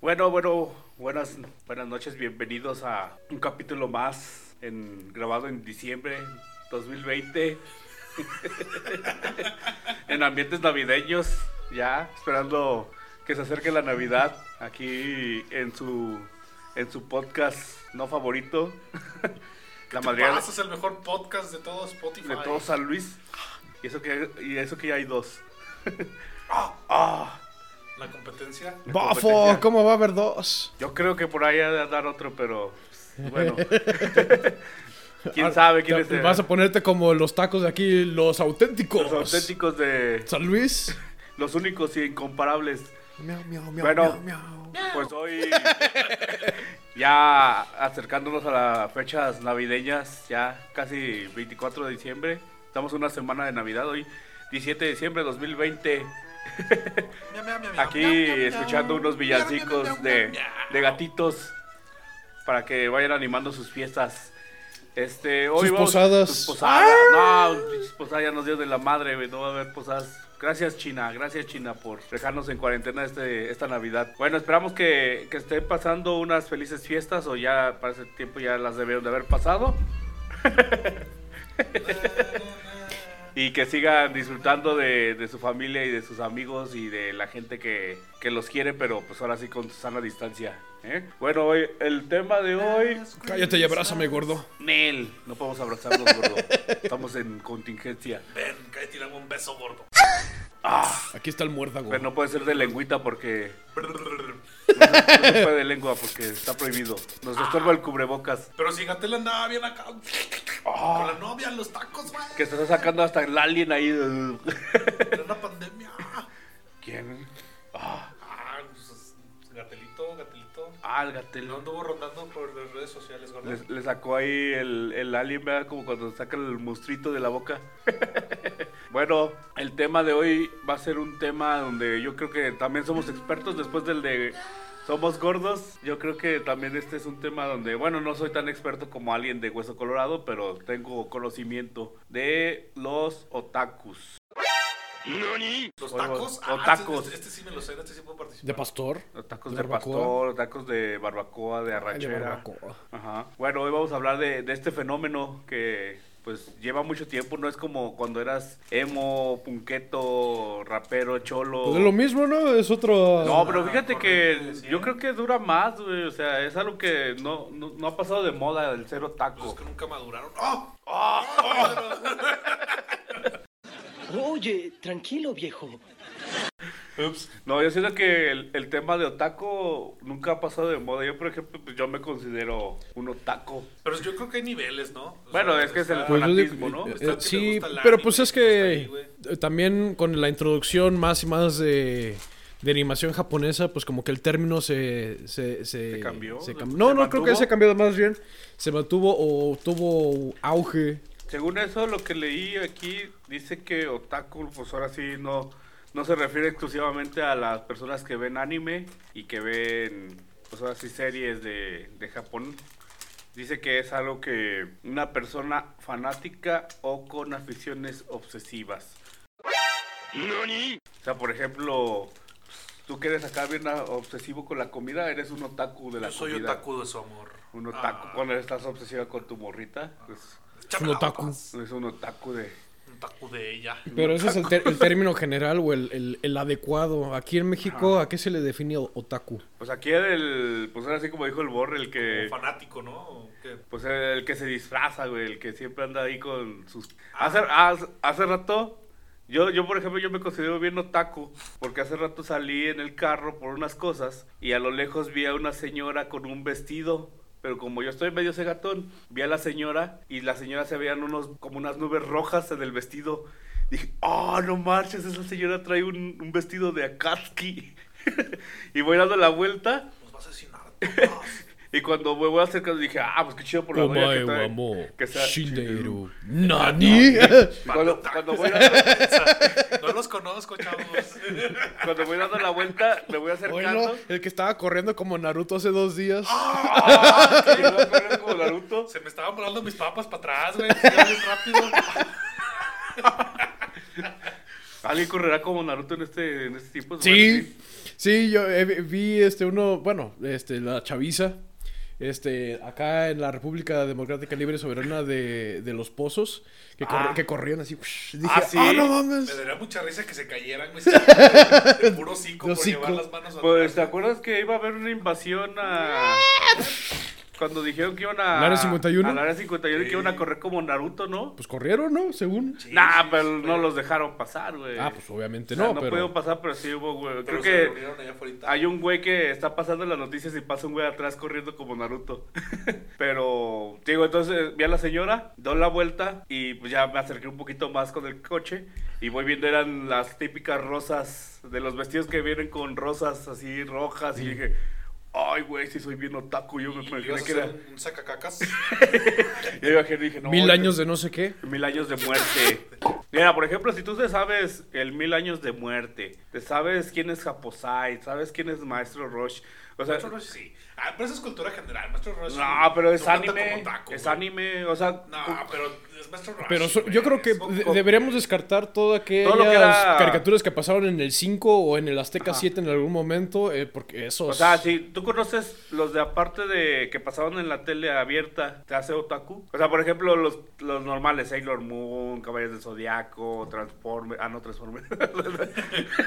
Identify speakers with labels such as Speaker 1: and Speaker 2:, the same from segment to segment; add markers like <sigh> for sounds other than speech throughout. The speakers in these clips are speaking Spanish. Speaker 1: Bueno, bueno, buenas, buenas noches, bienvenidos a un capítulo más en, grabado en diciembre 2020 <laughs> en ambientes navideños, ya esperando que se acerque la Navidad aquí en su en su podcast no favorito. la madriguera
Speaker 2: Paz es el mejor podcast de todo Spotify.
Speaker 1: de todo San Luis. Y eso que y eso que ya hay dos.
Speaker 2: Ah,
Speaker 1: Ah,
Speaker 2: la competencia.
Speaker 1: competencia.
Speaker 3: ¡Bofo! ¿Cómo va a haber dos?
Speaker 1: yo creo que por ahí ha de dar otro, pero pues,
Speaker 3: <laughs>
Speaker 1: bueno. <laughs> ¿Quién sabe quién
Speaker 3: Te-
Speaker 1: es el-
Speaker 3: Vas a ponerte como los tacos de aquí, los auténticos.
Speaker 1: Los auténticos de
Speaker 3: San Luis.
Speaker 1: los únicos y incomparables.
Speaker 3: <laughs> Miau, miau, miau,
Speaker 1: Bueno.
Speaker 3: miau, miau.
Speaker 1: Pues hoy ya acercándonos a las fechas navideñas, ya casi 24 de diciembre. Estamos una semana de Navidad hoy, 17 de diciembre de 2020.
Speaker 2: Miau, miau, miau, miau,
Speaker 1: Aquí
Speaker 2: miau, miau, miau.
Speaker 1: escuchando unos villancicos de, de gatitos para que vayan animando sus fiestas. Este, hoy
Speaker 3: Sus
Speaker 1: vamos-
Speaker 3: posadas.
Speaker 1: Sus posadas.
Speaker 2: Ah.
Speaker 1: No, sus posadas ya nos dio de la madre, güey, No va a haber posadas. Gracias, China. Gracias, China, por dejarnos en cuarentena este, esta Navidad. Bueno, esperamos que, que estén pasando unas felices fiestas o ya para ese tiempo ya las debieron de haber pasado. Y que sigan disfrutando de, de su familia y de sus amigos y de la gente que, que los quiere, pero pues ahora sí con sana distancia. ¿eh? Bueno, hoy, el tema de hoy...
Speaker 3: Cállate y abrázame, gordo.
Speaker 1: Nel, no podemos abrazarnos, gordo. Estamos en contingencia.
Speaker 2: Ven, cállate y dame un beso, gordo.
Speaker 3: Aquí está el muérdago.
Speaker 1: Pero no puede ser de lengüita porque... No se puede de lengua porque está prohibido. Nos estorba el cubrebocas. Ah,
Speaker 2: Pero si Gatel andaba bien acá. Con la novia, los tacos, güey.
Speaker 1: Que se está sacando hasta el alien ahí.
Speaker 2: Era la pandemia.
Speaker 1: ¿Quién?
Speaker 2: Ah, pues, gatelito, gatelito.
Speaker 1: Ah, el Gatel.
Speaker 2: No anduvo rondando por las redes sociales, gordo.
Speaker 1: Le, le sacó ahí el, el alien, ¿verdad? Como cuando saca el monstruito de la boca. <laughs> bueno, el tema de hoy va a ser un tema donde yo creo que también somos expertos después del de Somos Gordos. Yo creo que también este es un tema donde, bueno, no soy tan experto como alguien de Hueso Colorado, pero tengo conocimiento de los otakus.
Speaker 2: Los
Speaker 1: o-
Speaker 2: tacos.
Speaker 1: o
Speaker 2: Ah,
Speaker 1: tacos.
Speaker 2: Este, este sí me lo sé, este sí puedo
Speaker 3: ¿De
Speaker 2: participar.
Speaker 3: pastor?
Speaker 1: Tacos
Speaker 3: ¿De
Speaker 1: de
Speaker 3: barbacoa?
Speaker 1: pastor, tacos de barbacoa, de
Speaker 3: Ay, de
Speaker 1: arrachera.
Speaker 3: barbacoa.
Speaker 1: Ajá. Bueno, hoy vamos a hablar de, de este fenómeno que pues lleva mucho tiempo, no es como cuando eras emo, punqueto, rapero, cholo.
Speaker 3: Pues es lo mismo, ¿no? Es otro...
Speaker 1: No, pero fíjate que
Speaker 2: Ah, Correcto, sí.
Speaker 1: yo creo que dura más, güey, o sea, es algo que no, no, no ha pasado de moda el cero
Speaker 2: Los
Speaker 1: taco.
Speaker 2: Pues que nunca maduraron. ¡Oh!
Speaker 4: Oye, tranquilo, viejo.
Speaker 2: Ups.
Speaker 1: No, yo siento que el, el tema de otaco nunca ha pasado de moda. Yo, por ejemplo, pues yo me considero un otaco.
Speaker 2: Pero yo creo que hay niveles, ¿no? O
Speaker 1: Bueno,
Speaker 2: sea,
Speaker 1: es que es el
Speaker 2: está-
Speaker 3: Pues yo digo-
Speaker 1: fanatismo, ¿no?
Speaker 3: eh,
Speaker 2: Está el que le
Speaker 3: sí,
Speaker 2: gusta el
Speaker 3: pero
Speaker 2: anime,
Speaker 3: pues es
Speaker 2: que está
Speaker 3: que
Speaker 2: ahí, güey.
Speaker 3: eh, también con la introducción más y más de, de animación japonesa, pues como que el término se... ¿Se, se,
Speaker 1: ¿Se cambió?
Speaker 3: se
Speaker 1: ¿Se
Speaker 3: no, no creo que
Speaker 1: mantuvo?
Speaker 3: se ha cambiado más bien. Se mantuvo o tuvo auge.
Speaker 1: Según eso, lo que leí aquí dice que otaku, pues ahora sí no, no se refiere exclusivamente a las personas que ven anime y que ven, pues ahora sí, series de, de Japón. Dice que es algo que una persona fanática o con aficiones obsesivas. O sea, por ejemplo, tú quieres acá bien a- obsesivo con la comida, eres un otaku de la
Speaker 2: Yo soy
Speaker 1: comida.
Speaker 2: otaku de su amor.
Speaker 1: Un otaku.
Speaker 2: Ah,
Speaker 1: Cuando estás obsesiva con tu morrita, pues
Speaker 2: chácala,
Speaker 3: Un otaku.
Speaker 2: papás.
Speaker 1: es un otaku de...
Speaker 2: Un otaku de ella.
Speaker 3: Pero ese es el, ter- el término general o el, el- el adecuado. Aquí en México, ¿a qué se le define o- otaku?
Speaker 1: Pues aquí era el, pues ahora así como dijo el Borre, el que,
Speaker 2: Como fanático, ¿no? ¿O qué?
Speaker 1: pues el que se disfraza, güey, el que siempre anda ahí con sus... Hace, hace, hace rato, yo, yo por ejemplo, yo me considero bien otaku, porque hace rato salí en el carro por unas cosas y a lo lejos vi a una señora con un vestido. Pero como yo estoy medio cegatón, vi a la señora y la señora se veían unos, como unas nubes rojas en el vestido. Dije, oh, no marches, esa señora trae un, un vestido de Akatsuki. <laughs> y voy dando la vuelta
Speaker 2: Nos va a asesinar. papás.
Speaker 1: y cuando me voy acercando dije, ah, pues qué chido por la doña que trae- que sea-
Speaker 3: Shinderu, <laughs> Nani.
Speaker 1: Y Cuando, cuando voy dando,
Speaker 2: no los
Speaker 1: <laughs>
Speaker 2: conozco, chavos.
Speaker 1: cuando voy dando la vuelta, me voy acercando.
Speaker 3: Bueno, el que estaba corriendo como Naruto hace dos días.
Speaker 2: Ah,
Speaker 1: y me voy corriendo como Naruto.
Speaker 2: Se me estaban volando mis papas para atrás, güey. Fui bien rápido.
Speaker 1: ¿Alguien correrá como Naruto en este, en este tipo?
Speaker 3: Sí, sí, yo eh, vi- vi este uno, bueno, este, la chaviza, este, acá en la República Democrática Libre Soberana de, de los Pozos, que, corri-
Speaker 1: Ah.
Speaker 3: que corrían así. ush, Dije,
Speaker 1: Ah,
Speaker 3: ah,
Speaker 1: sí.
Speaker 3: no
Speaker 2: Me
Speaker 3: mames.
Speaker 2: daría mucha risa que se cayeran, güey. De puro hocico
Speaker 3: <laughs> De
Speaker 2: por llevar
Speaker 3: hocico.
Speaker 2: las manos atrás.
Speaker 1: Pues, ¿te acuerdas que iba a haber una invasión a. Cuando dijeron que iban a.
Speaker 3: ¿Al Área 51?
Speaker 1: Al área 51 y que
Speaker 2: Sí.
Speaker 1: iban a correr como Naruto, ¿no?
Speaker 3: Pues corrieron, ¿no? Según.
Speaker 2: Sí,
Speaker 1: nah,
Speaker 2: sí,
Speaker 1: pero
Speaker 2: sí,
Speaker 1: no
Speaker 2: güey.
Speaker 1: los dejaron pasar, güey.
Speaker 3: Ah, pues obviamente
Speaker 1: O sea,
Speaker 3: no,
Speaker 1: no
Speaker 3: pero.
Speaker 1: pudieron pasar, pero sí hubo, güey.
Speaker 2: Pero
Speaker 1: Creo
Speaker 2: se
Speaker 1: que
Speaker 2: reunieron allá afuera.
Speaker 1: hay un güey que está pasando las noticias y pasa un güey atrás corriendo como Naruto. <laughs> pero, te digo, entonces vi a la señora, doy la vuelta y pues ya me acerqué un poquito más con el coche y voy viendo, eran las típicas rosas, de los vestidos que vienen con rosas así rojas y dije... Ay, güey, si soy bien otaku, yo me
Speaker 2: Y
Speaker 1: imaginé
Speaker 2: ibas a
Speaker 1: que
Speaker 2: hacer
Speaker 1: era...
Speaker 2: un, un sacacacas.
Speaker 1: Yo imaginé, dije, no,
Speaker 3: Mil
Speaker 1: güey,
Speaker 3: años de no sé qué.
Speaker 1: Mil años de muerte. Mira, por ejemplo, si tú te sabes el mil años de muerte, te sabes quién es Japosai, sabes quién es Maestro Rosh. O sea,
Speaker 2: Maestro Rush, sí. Ah, pero eso es cultura general. Maestro Rush.
Speaker 1: no, pero es
Speaker 2: no canta
Speaker 1: anime.
Speaker 2: como taco,
Speaker 1: es
Speaker 2: güey.
Speaker 1: anime, o sea,
Speaker 2: No, pero es Maestro Rush.
Speaker 3: Pero so-
Speaker 2: güey,
Speaker 3: yo creo que
Speaker 2: es-
Speaker 3: de- deberíamos descartar todas aquellas
Speaker 1: Todo lo que era-
Speaker 3: caricaturas que pasaron en el 5 o en el Azteca 7 en algún momento, eh, porque esos...
Speaker 1: o sea, si tú conoces los de aparte de que pasaban en la tele abierta, ¿te hace otaku? O sea, por ejemplo, los, los normales, Sailor Moon, Caballeros del Zodiaco, Transformers, ah, no
Speaker 2: <laughs>
Speaker 1: Transformers.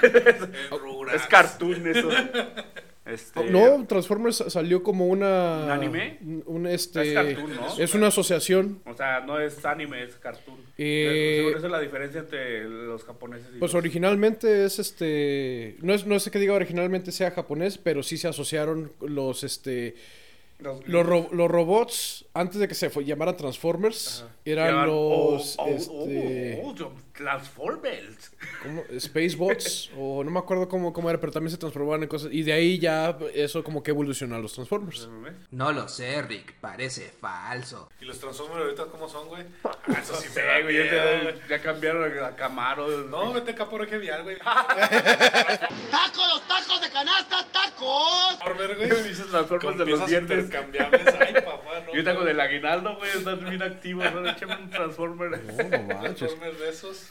Speaker 2: Eh, Rugrats.
Speaker 1: es cartoon eso. Este,
Speaker 3: Ah, No, Transformers salió como una...
Speaker 1: ¿Un anime?
Speaker 3: Un este...
Speaker 1: Es cartoon, ¿no?
Speaker 3: es una asociación.
Speaker 1: O sea, no es anime, es cartoon.
Speaker 3: Eh,
Speaker 1: Seguro esa es la diferencia entre los japoneses y
Speaker 3: Pues
Speaker 1: los-
Speaker 3: originalmente es este... No, es, no sé qué diga originalmente sea japonés, pero sí se asociaron los este...
Speaker 1: los-
Speaker 3: Los, ro- los robots, antes de que se fue- llamaran Transformers, eran
Speaker 1: Llevan-
Speaker 3: los...
Speaker 1: oh, oh,
Speaker 3: este,
Speaker 1: oh, oh, son Transformers.
Speaker 3: ¿Cómo? Spacebots, o no me acuerdo cómo, cómo era, pero también se transformaban en cosas. Y de ahí ya eso como que evolucionó a los Transformers.
Speaker 5: No lo sé, Rick, parece falso.
Speaker 2: ¿Y los Transformers ahorita cómo son, güey? Ah, eso sí,
Speaker 1: Sí,
Speaker 2: me da
Speaker 1: güey, ya,
Speaker 2: miedo,
Speaker 1: te-
Speaker 2: güey.
Speaker 1: ya cambiaron a Camaro.
Speaker 2: No, vete acá por eje vial, güey.
Speaker 6: ¡Tacos, los tacos de canasta, tacos!
Speaker 2: Transformer, güey.
Speaker 1: <laughs> Dices Transformers de los
Speaker 2: piezas
Speaker 1: viernes.
Speaker 2: intercambiables. Ay, papá,
Speaker 1: <laughs>
Speaker 2: no.
Speaker 1: Y ahorita con el aguinaldo, güey, están bien activos. ¿no? Échame un Transformer.
Speaker 2: <laughs> Transformers de esos.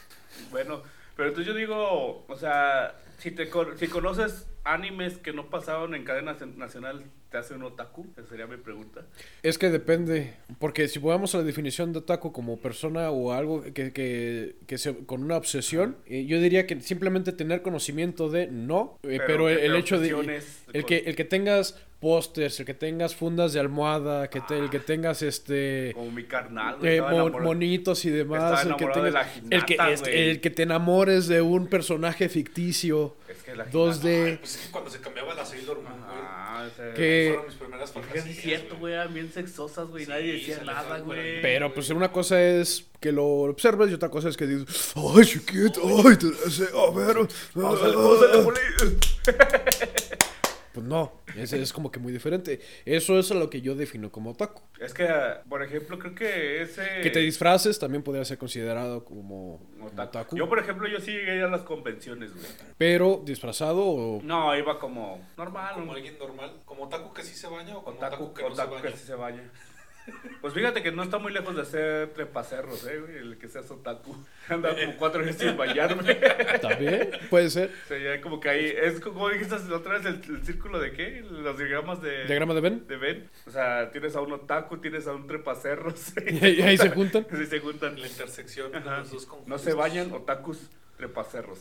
Speaker 1: Bueno, pero entonces yo digo, o sea, si te con- si conoces animes que no pasaron en cadena nac- nacional, ¿te hace un otaku? Esa sería mi pregunta.
Speaker 3: Es que depende, porque si vamos a la definición de otaku como persona o algo que, que, que se- con una obsesión, eh, yo diría que simplemente tener conocimiento de no, eh,
Speaker 1: Pero
Speaker 3: pero
Speaker 1: que
Speaker 3: el, el
Speaker 1: te
Speaker 3: hecho de...
Speaker 1: obsesiones
Speaker 3: El que, el que tengas pósters, el que tengas fundas de almohada, que te- el que tengas este...
Speaker 1: Como mi carnal, güey,
Speaker 3: Eh,
Speaker 1: estaba
Speaker 3: mo-
Speaker 1: enamorado.
Speaker 3: monitos y
Speaker 1: Estaba
Speaker 3: demás. El que,
Speaker 1: enamorado de
Speaker 3: tengas-
Speaker 1: la Hinata,
Speaker 3: el, que, este,
Speaker 1: güey.
Speaker 3: el que te enamores de un personaje ficticio.
Speaker 1: Es que la
Speaker 2: Ay,
Speaker 3: 2D.
Speaker 2: pues es que cuando se cambiaba la Sailor Moon, güey.
Speaker 1: Ah, o sea,
Speaker 3: Que-
Speaker 2: Fueron mis primeras
Speaker 1: porque
Speaker 2: fantasías.
Speaker 1: sí es cierto, güey, eran bien sexosas, güey, nadie decía
Speaker 2: se les
Speaker 1: nada,
Speaker 2: dan, güey.
Speaker 1: güey.
Speaker 3: Pero pues una cosa es que lo observes y otra cosa es que dices, ay chiquito, ay, te hace- a ver.
Speaker 1: Pásale,
Speaker 3: ah".
Speaker 1: pásale, poli.
Speaker 3: Pues no, es, es como que muy diferente. Eso es a lo que yo defino como otaku.
Speaker 1: Es que, por ejemplo, creo que ese...
Speaker 3: Que te disfraces también podría ser considerado como como
Speaker 1: Eh. otaku.
Speaker 3: otaku.
Speaker 1: Yo, por ejemplo, yo sí llegué a las convenciones, güey.
Speaker 3: Pero disfrazado o...
Speaker 1: No, iba como normal,
Speaker 2: Como
Speaker 1: un
Speaker 2: alguien normal. Como Taku que sí se baña o como Taku
Speaker 1: otaku,
Speaker 2: que no se
Speaker 1: otaku
Speaker 2: baña.
Speaker 1: que sí se baña. Pues fíjate que no está muy lejos de ser trepacerros, eh, güey, el que seas otaku. <laughs> Anda
Speaker 2: Eh.
Speaker 1: como cuatro veces sin
Speaker 2: <laughs>
Speaker 1: bañarme.
Speaker 3: También puede ser.
Speaker 1: O sea, ya como que ahí, es como dijiste la otra vez, el, el círculo de qué, los diagramas de...
Speaker 3: Diagrama de Ben.
Speaker 1: de Ben. O sea, tienes a un otaku, tienes a un trepacerros.
Speaker 3: <laughs> Y ahí- ahí se juntan.
Speaker 1: <laughs> Sí, se juntan.
Speaker 2: En <laughs> la intersección de los dos conjuntos.
Speaker 1: No se bañan otakus trepacerros.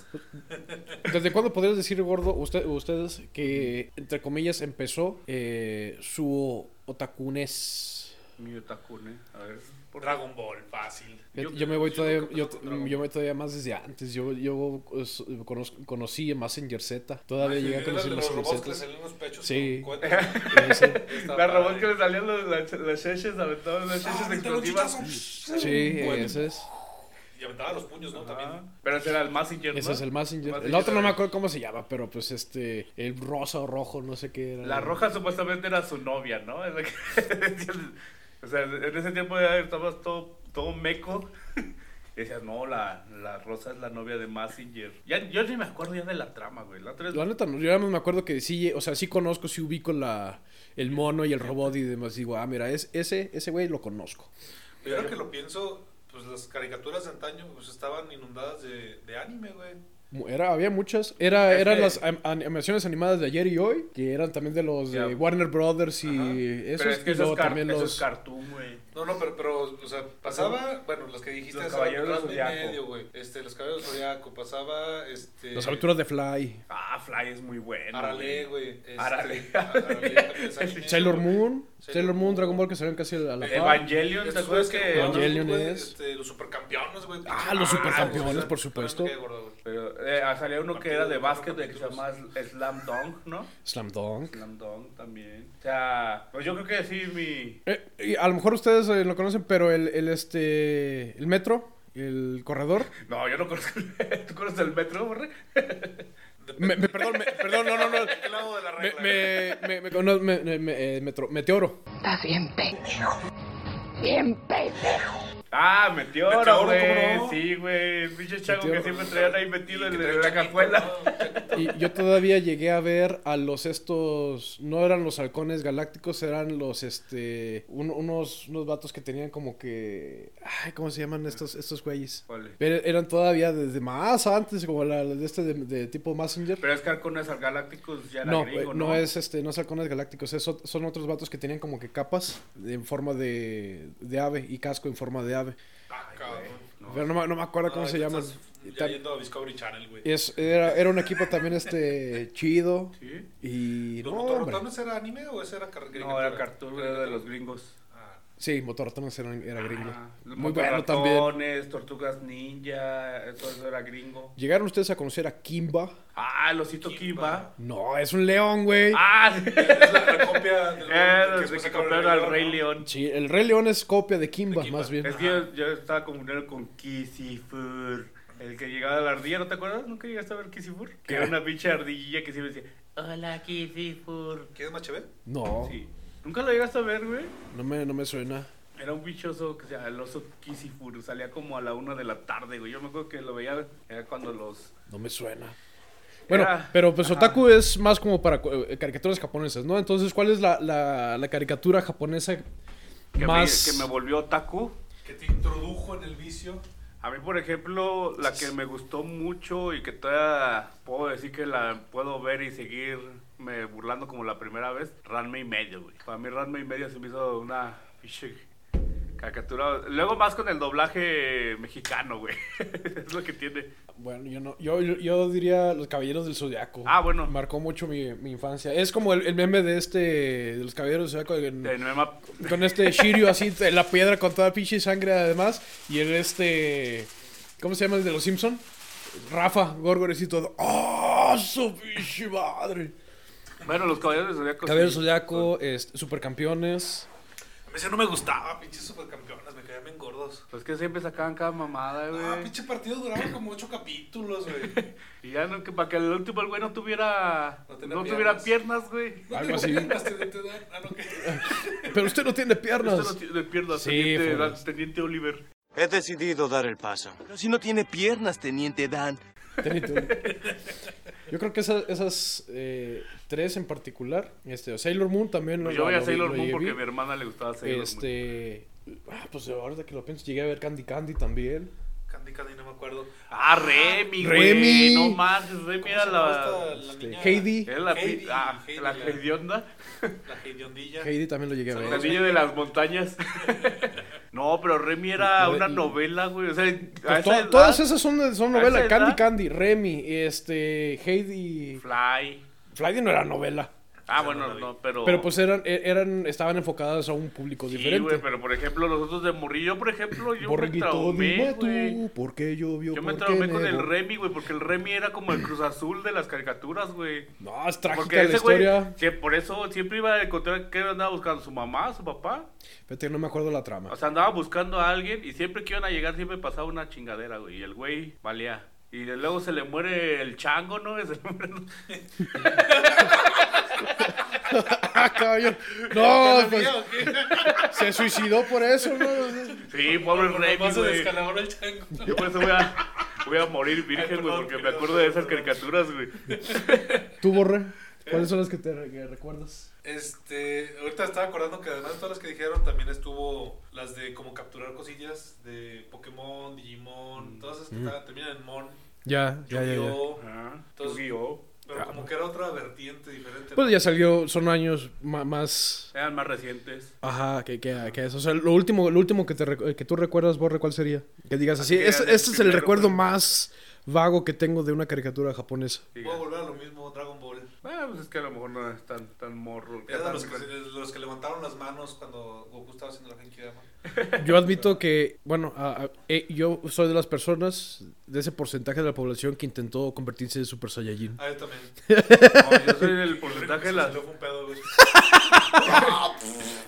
Speaker 3: ¿Desde cuándo podrías decir, gordo, usted, ustedes, que, entre comillas, empezó eh, su otakunes?
Speaker 1: Mi otakune. A ver. por-
Speaker 2: Dragon Ball, fácil.
Speaker 3: Yo,
Speaker 1: Yo-
Speaker 3: yo me voy
Speaker 1: yo
Speaker 3: todavía,
Speaker 1: creo que
Speaker 3: yo,
Speaker 1: empezó con Dragon
Speaker 3: yo me voy todavía más desde antes. Yo, yo os- conozco- conocí a Messenger Z. Todavía llegué a
Speaker 2: Era de
Speaker 3: conocer
Speaker 2: los
Speaker 3: Messenger
Speaker 2: robots que le
Speaker 3: Z.
Speaker 2: salían los pechos.
Speaker 3: Sí.
Speaker 2: con cohetes. Ah,
Speaker 1: <laughs>
Speaker 2: Está
Speaker 1: La robot
Speaker 2: padre.
Speaker 1: que le salían los- las las cheches, aventaban las
Speaker 2: Ah,
Speaker 1: cheches
Speaker 2: aventaba un
Speaker 1: explosivas.
Speaker 2: chichazo.
Speaker 3: Sí,
Speaker 2: Bueno.
Speaker 3: ese es.
Speaker 2: Y aventaba los puños, ¿no?
Speaker 1: Ah,
Speaker 2: También.
Speaker 1: Pero ese era el Messenger, ¿no?
Speaker 3: Ese es el Messenger.
Speaker 1: Messenger
Speaker 3: El otro no me
Speaker 1: era-
Speaker 3: acuerdo cómo se llama, pero pues este, el rosa o rojo, no sé qué era.
Speaker 1: La roja supuestamente era su novia, ¿no? Es la que- <laughs> o sea, en ese tiempo ya estabas todo, todo meco. <laughs> Y decías, no, la, la rosa es la novia de Massinger. Ya, yo ni me acuerdo ya de la trama, güey. La otra vez-
Speaker 3: La neta, no, yo nada más me acuerdo que sí, o sea, sí conozco, sí ubico la, el mono y el robot y demás. Digo, ah, mira, es, ese, ese güey lo conozco.
Speaker 2: Pero ahora que lo pienso, pues las caricaturas de antaño pues, estaban inundadas de, de anime, güey.
Speaker 3: Mu- Era, había muchas. Era,
Speaker 1: Es
Speaker 3: eran
Speaker 1: que-
Speaker 3: las am- animaciones animadas de ayer y hoy, que eran también de los de
Speaker 1: Ya.
Speaker 3: Warner Brothers y esos.
Speaker 1: Pero es que
Speaker 3: y
Speaker 1: eso
Speaker 3: luego
Speaker 1: es, car-
Speaker 3: también
Speaker 1: eso
Speaker 3: los.
Speaker 1: es cartoon, güey.
Speaker 2: No, no, pero, pero, o sea, pasaba, bueno, las que dijiste
Speaker 1: Los
Speaker 2: hace
Speaker 1: Caballeros
Speaker 2: rato,
Speaker 1: del
Speaker 2: Ranma y
Speaker 1: Zodiaco.
Speaker 2: medio, güey. Este, los caballeros del Zodiaco, pasaba, este...
Speaker 3: Las aventuras de Fly.
Speaker 1: Ah, Fly es muy bueno.
Speaker 2: Arale,
Speaker 1: güey.
Speaker 2: güey. Este,
Speaker 1: Arale.
Speaker 2: <laughs>
Speaker 1: <laughs>
Speaker 2: Arale también es anime,
Speaker 3: Sailor
Speaker 2: güey.
Speaker 3: Moon.
Speaker 2: Sailor
Speaker 3: Sailor Moon,
Speaker 2: Moon.
Speaker 3: Dragon Ball que salieron casi a la par.
Speaker 1: Evangelion, ¿te
Speaker 2: Estos
Speaker 1: acuerdas
Speaker 2: juegos que
Speaker 1: que.?
Speaker 2: jugaban,
Speaker 3: Evangelion
Speaker 2: güey,
Speaker 3: es-
Speaker 2: este, los supercampeones, güey.
Speaker 3: Ah, los supercampeones, por supuesto.
Speaker 2: no me cae
Speaker 1: <laughs>
Speaker 2: gordo, güey.
Speaker 1: Pero eh, ah, salía uno que era de básquet
Speaker 2: Partidos,
Speaker 1: que se
Speaker 2: partidos.
Speaker 1: llamaba Slam Dunk, ¿no?
Speaker 3: Slam Dunk.
Speaker 1: Slam Dunk también. O sea, pues yo creo que sí, mi.
Speaker 3: Eh, y a lo mejor ustedes eh, lo conocen, pero el, el, este, el metro, el corredor.
Speaker 1: No, yo no conozco. ¿Tú conoces el <laughs> metro, borre?
Speaker 3: Me- me- perdón, me- perdón, no,
Speaker 1: <laughs>
Speaker 3: no, no.
Speaker 2: Del lado de la
Speaker 3: Me,
Speaker 2: regla.
Speaker 3: me, me, me- no, me- me- me- eh, metro- meteoro.
Speaker 7: Estás bien pendejo. Bien pendejo.
Speaker 1: Ah, Meteoro,
Speaker 2: Meteoro,
Speaker 1: güey.
Speaker 2: ¿cómo no?
Speaker 1: Sí, güey. El pinche chango que
Speaker 3: Meteoro.
Speaker 1: siempre traían ahí metido en,
Speaker 2: Que
Speaker 1: en
Speaker 2: trae
Speaker 1: la
Speaker 2: un
Speaker 1: cajuela.
Speaker 2: chiquito, ¿no?
Speaker 3: Y yo todavía llegué a ver a los estos, no eran los halcones galácticos, eran los este, un- unos, unos vatos que tenían como que, ay, ¿cómo se llaman estos, estos güeyes?
Speaker 1: Ole.
Speaker 3: Pero eran todavía desde más antes, como la, la de este de, de tipo Messenger.
Speaker 1: Pero es que Arcones al Galácticos ya era
Speaker 3: No,
Speaker 1: gringo,
Speaker 3: eh, no es este, no es halcones galácticos, es ot- son otros vatos que tenían como que capas en forma de, de ave y casco en forma de ave.
Speaker 2: Ah, cabrón.
Speaker 3: Pero no, me- no me acuerdo cómo
Speaker 2: No,
Speaker 3: se
Speaker 2: Ah, ya
Speaker 3: llaman.
Speaker 2: estás
Speaker 3: Y
Speaker 2: Ya
Speaker 3: tal-
Speaker 2: yendo a Discovery Channel, güey.
Speaker 3: es- era, era un equipo también este chido.
Speaker 1: Sí.
Speaker 3: Y
Speaker 2: ¿Los
Speaker 3: no, hombre.
Speaker 2: motorrotones era anime o ese era cartón?
Speaker 1: No, era cartoon, era de los gringos.
Speaker 3: Sí, Motorratones era, era gringo.
Speaker 1: Ah,
Speaker 3: Muy bueno también.
Speaker 1: Tortugas Ninja, eh, todo eso era gringo.
Speaker 3: ¿Llegaron ustedes a conocer a Kimba?
Speaker 1: Ah, el osito Kimba.
Speaker 3: No, es un león, güey.
Speaker 1: Ah, sí.
Speaker 3: <laughs>
Speaker 2: Es la, la
Speaker 1: <laughs>
Speaker 2: copia del
Speaker 1: Eh,
Speaker 2: que
Speaker 1: desde
Speaker 2: después
Speaker 1: que
Speaker 2: sacaron
Speaker 1: compraron al Rey
Speaker 2: ¿no?
Speaker 1: León.
Speaker 3: Sí, el Rey León es copia de Kimba,
Speaker 2: De Kimba.
Speaker 3: más bien.
Speaker 1: Es que yo, yo estaba comunicando con Kisifur. El que llegaba a la ardilla, ¿no te acuerdas? ¿Nunca llegaste a ver Kisifur? Que era una pinche ardillilla que siempre decía, hola Kisifur.
Speaker 2: ¿Quieres más chévere?
Speaker 3: No,
Speaker 1: Sí. ¿Nunca lo llegaste a ver, güey?
Speaker 3: no me, no me suena.
Speaker 1: Era un bichoso que se llamaba el oso Kisifur. Salía como a la una de la tarde, güey. Yo me acuerdo que lo veía, era cuando los...
Speaker 3: No me suena. Bueno,
Speaker 1: Era-
Speaker 3: pero pues
Speaker 1: Ajá.
Speaker 3: otaku es más como para cu- eh, caricaturas japonesas, ¿no? Entonces, ¿cuál es la, la- la caricatura japonesa
Speaker 1: Que,
Speaker 3: más...?
Speaker 1: me, que me volvió otaku.
Speaker 2: Que te introdujo en el vicio.
Speaker 1: A mí, por ejemplo, la que me gustó mucho y que todavía puedo decir que la puedo ver y seguir me burlando como la primera vez, Ranma y medio, güey. Para mí Ranma y medio se me hizo una pinche caricatura. Luego más con el doblaje mexicano, güey. <laughs> es lo que tiene.
Speaker 3: Bueno, yo no... Yo, yo- yo diría Los Caballeros del Zodiaco.
Speaker 1: Ah, bueno.
Speaker 3: Marcó mucho mi, mi infancia. Es como el, el meme de este... De Los Caballeros del Zodiaco. en-
Speaker 1: De nueva-
Speaker 3: Con este Shiryu así en la piedra con toda pinche sangre además. Y el este... ¿Cómo se llama el de los Simpson? Rafa, Gorgores y todo. ¡Oh, su pinche madre!
Speaker 1: Bueno, los caballeros de Zodíaco.
Speaker 3: Caballeros
Speaker 1: Pues sí.
Speaker 3: del Zodiaco, este, Supercampeones.
Speaker 2: A mí ese no me gustaba, pinches supercampeonas, me caían bien gordos.
Speaker 1: Pues que siempre sacaban cada mamada,
Speaker 2: Ah,
Speaker 1: güey.
Speaker 2: pinche partido duraba como ocho capítulos, güey.
Speaker 1: y ya no, que para que el último el güey no tuviera. No,
Speaker 2: No tenía
Speaker 1: tuviera piernas, güey.
Speaker 2: No
Speaker 3: Algo
Speaker 2: te
Speaker 3: así.
Speaker 2: imaginas, te- te dan- ah, no, que-
Speaker 3: Pero usted no tiene
Speaker 1: Esto
Speaker 3: piernas.
Speaker 1: no tiene piernas,
Speaker 3: Sí,
Speaker 1: teniente,
Speaker 3: fue-
Speaker 1: Dan- teniente Oliver.
Speaker 8: He decidido dar el paso. Pero si no tiene piernas, teniente Dan.
Speaker 3: Tenite. Yo creo que esa- esas eh, tres en particular, este, Sailor Moon también.
Speaker 1: Pues
Speaker 3: lo-
Speaker 1: yo veía
Speaker 3: lo-
Speaker 1: Sailor
Speaker 3: lo
Speaker 1: Moon
Speaker 3: llegué.
Speaker 1: porque a mi hermana le gustaba Sailor Moon.
Speaker 3: Este, ah, pues ahorita que lo pienso, llegué a ver Candy Candy también.
Speaker 2: <laughs> Candy Candy, no me acuerdo.
Speaker 1: Ah, Remy, güey.
Speaker 3: Remy.
Speaker 1: No más, Remy
Speaker 2: ¿Cómo
Speaker 1: era
Speaker 2: se llamaba
Speaker 1: la.
Speaker 2: esta- la
Speaker 3: este,
Speaker 2: niña?
Speaker 3: Heidi.
Speaker 1: Era la
Speaker 2: Heidi,
Speaker 1: pi- ah,
Speaker 2: Heidi,
Speaker 1: la
Speaker 2: la-
Speaker 1: hedionda.
Speaker 2: La Hediondilla.
Speaker 3: Heidi también lo llegué a
Speaker 1: La
Speaker 3: ver. Pues
Speaker 2: Saludos.
Speaker 1: niña de las montañas. <laughs> No, pero Remy era
Speaker 3: Lo de-
Speaker 1: una novela, güey. O sea, a
Speaker 3: Pues
Speaker 1: esa
Speaker 3: to-
Speaker 1: edad,
Speaker 3: todas esas son, de- son
Speaker 1: a esa
Speaker 3: novelas. Candy
Speaker 1: edad-
Speaker 3: Candy, Remy, este, Heidi.
Speaker 1: Fly.
Speaker 3: Fly no era novela.
Speaker 1: Ah, bueno, no, pero.
Speaker 3: Pero pues eran, er- eran, estaban enfocadas a un público
Speaker 1: Sí,
Speaker 3: diferente.
Speaker 1: güey, pero por ejemplo, nosotros de Morrillo, por ejemplo, yo
Speaker 3: Borreguito,
Speaker 1: me traumé,
Speaker 3: dime tú,
Speaker 1: güey.
Speaker 3: ¿por qué llovió?
Speaker 1: Yo me
Speaker 3: ¿Por qué
Speaker 1: traumé con el
Speaker 3: nevó?
Speaker 1: Remy, güey, porque el Remy era como el Cruz Azul de las caricaturas, güey.
Speaker 3: No, es trágica
Speaker 1: Porque
Speaker 3: la
Speaker 1: ese güey,
Speaker 3: historia.
Speaker 1: que por eso siempre iba a encontrar que andaba buscando su mamá, su papá.
Speaker 3: Fíjate que no me acuerdo la trama.
Speaker 1: O sea, andaba buscando a alguien y siempre que iban a llegar siempre pasaba una chingadera, güey. Y el güey valía. Y de- luego se le muere el chango, ¿no? <laughs> Se le muere-
Speaker 3: <laughs> Ah, cabrón. No, pues,
Speaker 2: ¿Tía o qué?
Speaker 3: se suicidó por eso, ¿no?
Speaker 1: Sí, pobre Remy,
Speaker 2: Nomás se
Speaker 1: güey.
Speaker 2: descalabró el chango.
Speaker 1: Yo por eso voy a, voy a morir virgen, güey, porque me acuerdo de esas caricaturas, güey.
Speaker 3: Tú, Borre, ¿cuáles son las que te re- que recuerdas?
Speaker 2: Este, ahorita estaba acordando que además de todas las que dijeron también estuvo las de como capturar cosillas de Pokémon, Digimon, todas esas que estaban- terminan en Mon.
Speaker 3: Ya, ya, ya. ya.
Speaker 2: Yu-Gi-Oh!
Speaker 1: Ajá.
Speaker 2: Entonces,
Speaker 1: Yu-Gi-Oh.
Speaker 2: Pero como que era otra vertiente diferente.
Speaker 3: Pues ya salió, son años ma- más.
Speaker 1: Eran más recientes.
Speaker 3: Ajá, que, que, que eso. O sea, lo último, lo último que, te, rec- que tú recuerdas, Borre, ¿cuál sería? Que digas así.
Speaker 1: Así que
Speaker 3: "Es-
Speaker 1: era
Speaker 3: Este,
Speaker 1: el
Speaker 3: es el
Speaker 1: primero,
Speaker 3: recuerdo
Speaker 1: pues".
Speaker 3: más vago que tengo de una caricatura japonesa.
Speaker 1: Sí,
Speaker 2: Voy a
Speaker 1: ya.
Speaker 2: volver a lo mismo, Dragon Ball.
Speaker 1: Ah, pues es que a lo mejor no es tan, tan morro.
Speaker 2: Era
Speaker 1: tan
Speaker 2: los que,
Speaker 1: re-
Speaker 2: los que levantaron las manos cuando Goku estaba haciendo la Genkidama.
Speaker 3: Yo admito que, bueno, a- a- eh, yo soy de las personas de ese porcentaje de la población que intentó convertirse en Super Saiyajin.
Speaker 2: Ah, yo
Speaker 3: <laughs>
Speaker 2: también.
Speaker 1: No, yo soy
Speaker 2: <laughs>
Speaker 1: el porcentaje de las...
Speaker 2: Se le fue un
Speaker 1: <laughs>
Speaker 2: pedo, güey.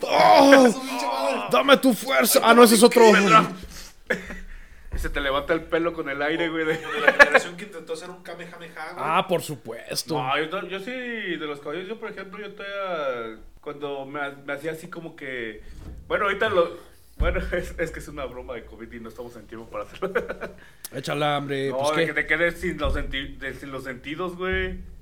Speaker 3: ¡Oh! ¡Dame tu fuerza! Ah, no, ese es otro.
Speaker 1: <laughs> Se te levanta el pelo con el aire, güey. de-
Speaker 2: Como de la generación que intentó hacer un Kamehameha, güey.
Speaker 3: Ah, por supuesto.
Speaker 1: No, yo, to- yo sí, de los caballos, yo por ejemplo, yo todavía, cuando me, ha- me hacía así como que, bueno, ahorita lo, bueno, <laughs> es, es que es una broma de COVID y no estamos en tiempo para hacerlo.
Speaker 3: Échale hambre.
Speaker 1: no,
Speaker 3: pues,
Speaker 1: de
Speaker 3: ¿qué?
Speaker 1: que te quedes sin los, senti- de- sin los sentidos, güey.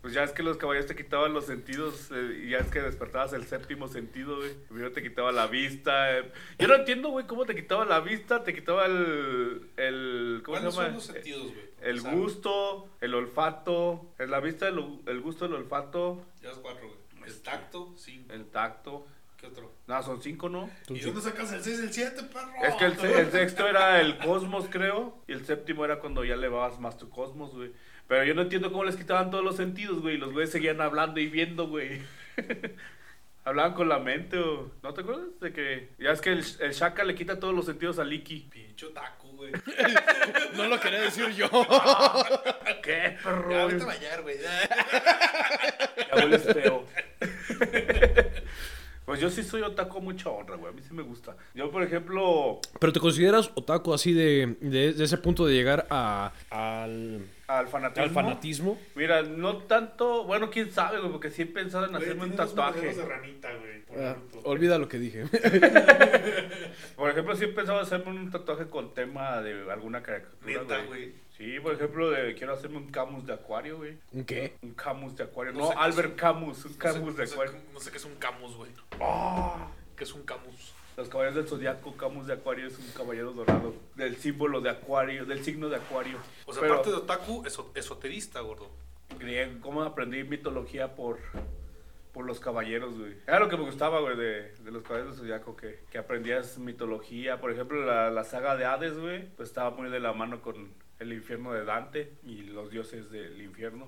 Speaker 1: Pues ya es que los caballos te quitaban los sentidos eh, y ya es que despertabas el séptimo sentido, güey. Primero te quitaba la vista. eh. Yo no entiendo, güey, cómo te quitaba la vista, te quitaba el... el ¿Cómo se
Speaker 2: ¿Cuáles
Speaker 1: llama?
Speaker 2: son los sentidos, güey?
Speaker 1: El
Speaker 2: O sea,
Speaker 1: gusto, el olfato, en la vista, el, el gusto, el olfato,
Speaker 2: Ya los cuatro, güey. El tacto, cinco.
Speaker 1: el tacto.
Speaker 2: ¿Qué otro?
Speaker 1: Nada, son cinco, ¿no?
Speaker 2: ¿Y dónde sacas el 6 y el 7, perro?
Speaker 1: Es que el, se- el sexto era el cosmos, creo, y el séptimo era cuando ya elevabas más tu cosmos, güey. Pero yo no entiendo cómo les quitaban todos los sentidos, güey. Los güeyes seguían hablando y viendo, güey. <laughs> Hablaban con la mente, o... ¿no te acuerdas? De que ya es que el, el Shaka le quita todos los sentidos al Iki.
Speaker 2: Pincho taco,
Speaker 3: <laughs>
Speaker 2: güey.
Speaker 3: No lo quería decir yo. <laughs>
Speaker 1: ¿Qué, perro?
Speaker 2: Ya, Ah, vete a bañar, güey.
Speaker 1: Ya hueles feo. <laughs> Pues yo sí soy otaku a mucha honra, güey. A mí sí me gusta. Yo, por ejemplo,
Speaker 3: Pero te consideras otaku así de, de, de ese punto de llegar a, al,
Speaker 1: al fanatismo.
Speaker 3: al fanatismo.
Speaker 1: Mira, no tanto. Bueno, quién sabe, güey, porque sí he pensado en hacerme un tatuaje.
Speaker 2: de ranita, güey. por
Speaker 3: Ah,
Speaker 2: Naruto.
Speaker 3: olvida lo que dije. <laughs>
Speaker 1: Por ejemplo, sí he pensado hacerme un tatuaje con tema de alguna
Speaker 2: Neta,
Speaker 1: caricatura,
Speaker 2: güey.
Speaker 1: güey. Sí, por ejemplo, de- quiero hacerme un Camus de Acuario, güey.
Speaker 3: ¿Un qué?
Speaker 1: Un Camus de Acuario.
Speaker 2: No
Speaker 1: No,
Speaker 2: sé qué
Speaker 1: Albert
Speaker 2: es.
Speaker 1: Camus, un
Speaker 2: No sé-
Speaker 1: Camus de
Speaker 2: no sé
Speaker 1: Acuario. ¡Ah!
Speaker 2: qué- No sé qué es un camus, güey. ¿Qué es un camus?
Speaker 1: Los caballeros del zodiaco, Camus de Acuario es un caballero dorado. Del símbolo de Acuario, del signo de Acuario.
Speaker 2: O sea,
Speaker 1: Pero-
Speaker 2: aparte de otaku, es esoterista, gordo.
Speaker 1: griego, cómo aprendí mitología por, por los caballeros, güey. Era lo que me gustaba, güey, de, de los caballeros del Zodiaco, que, que aprendías mitología. Por ejemplo, la, la saga de Hades, güey, pues estaba muy de la mano con el infierno de Dante y los dioses del infierno.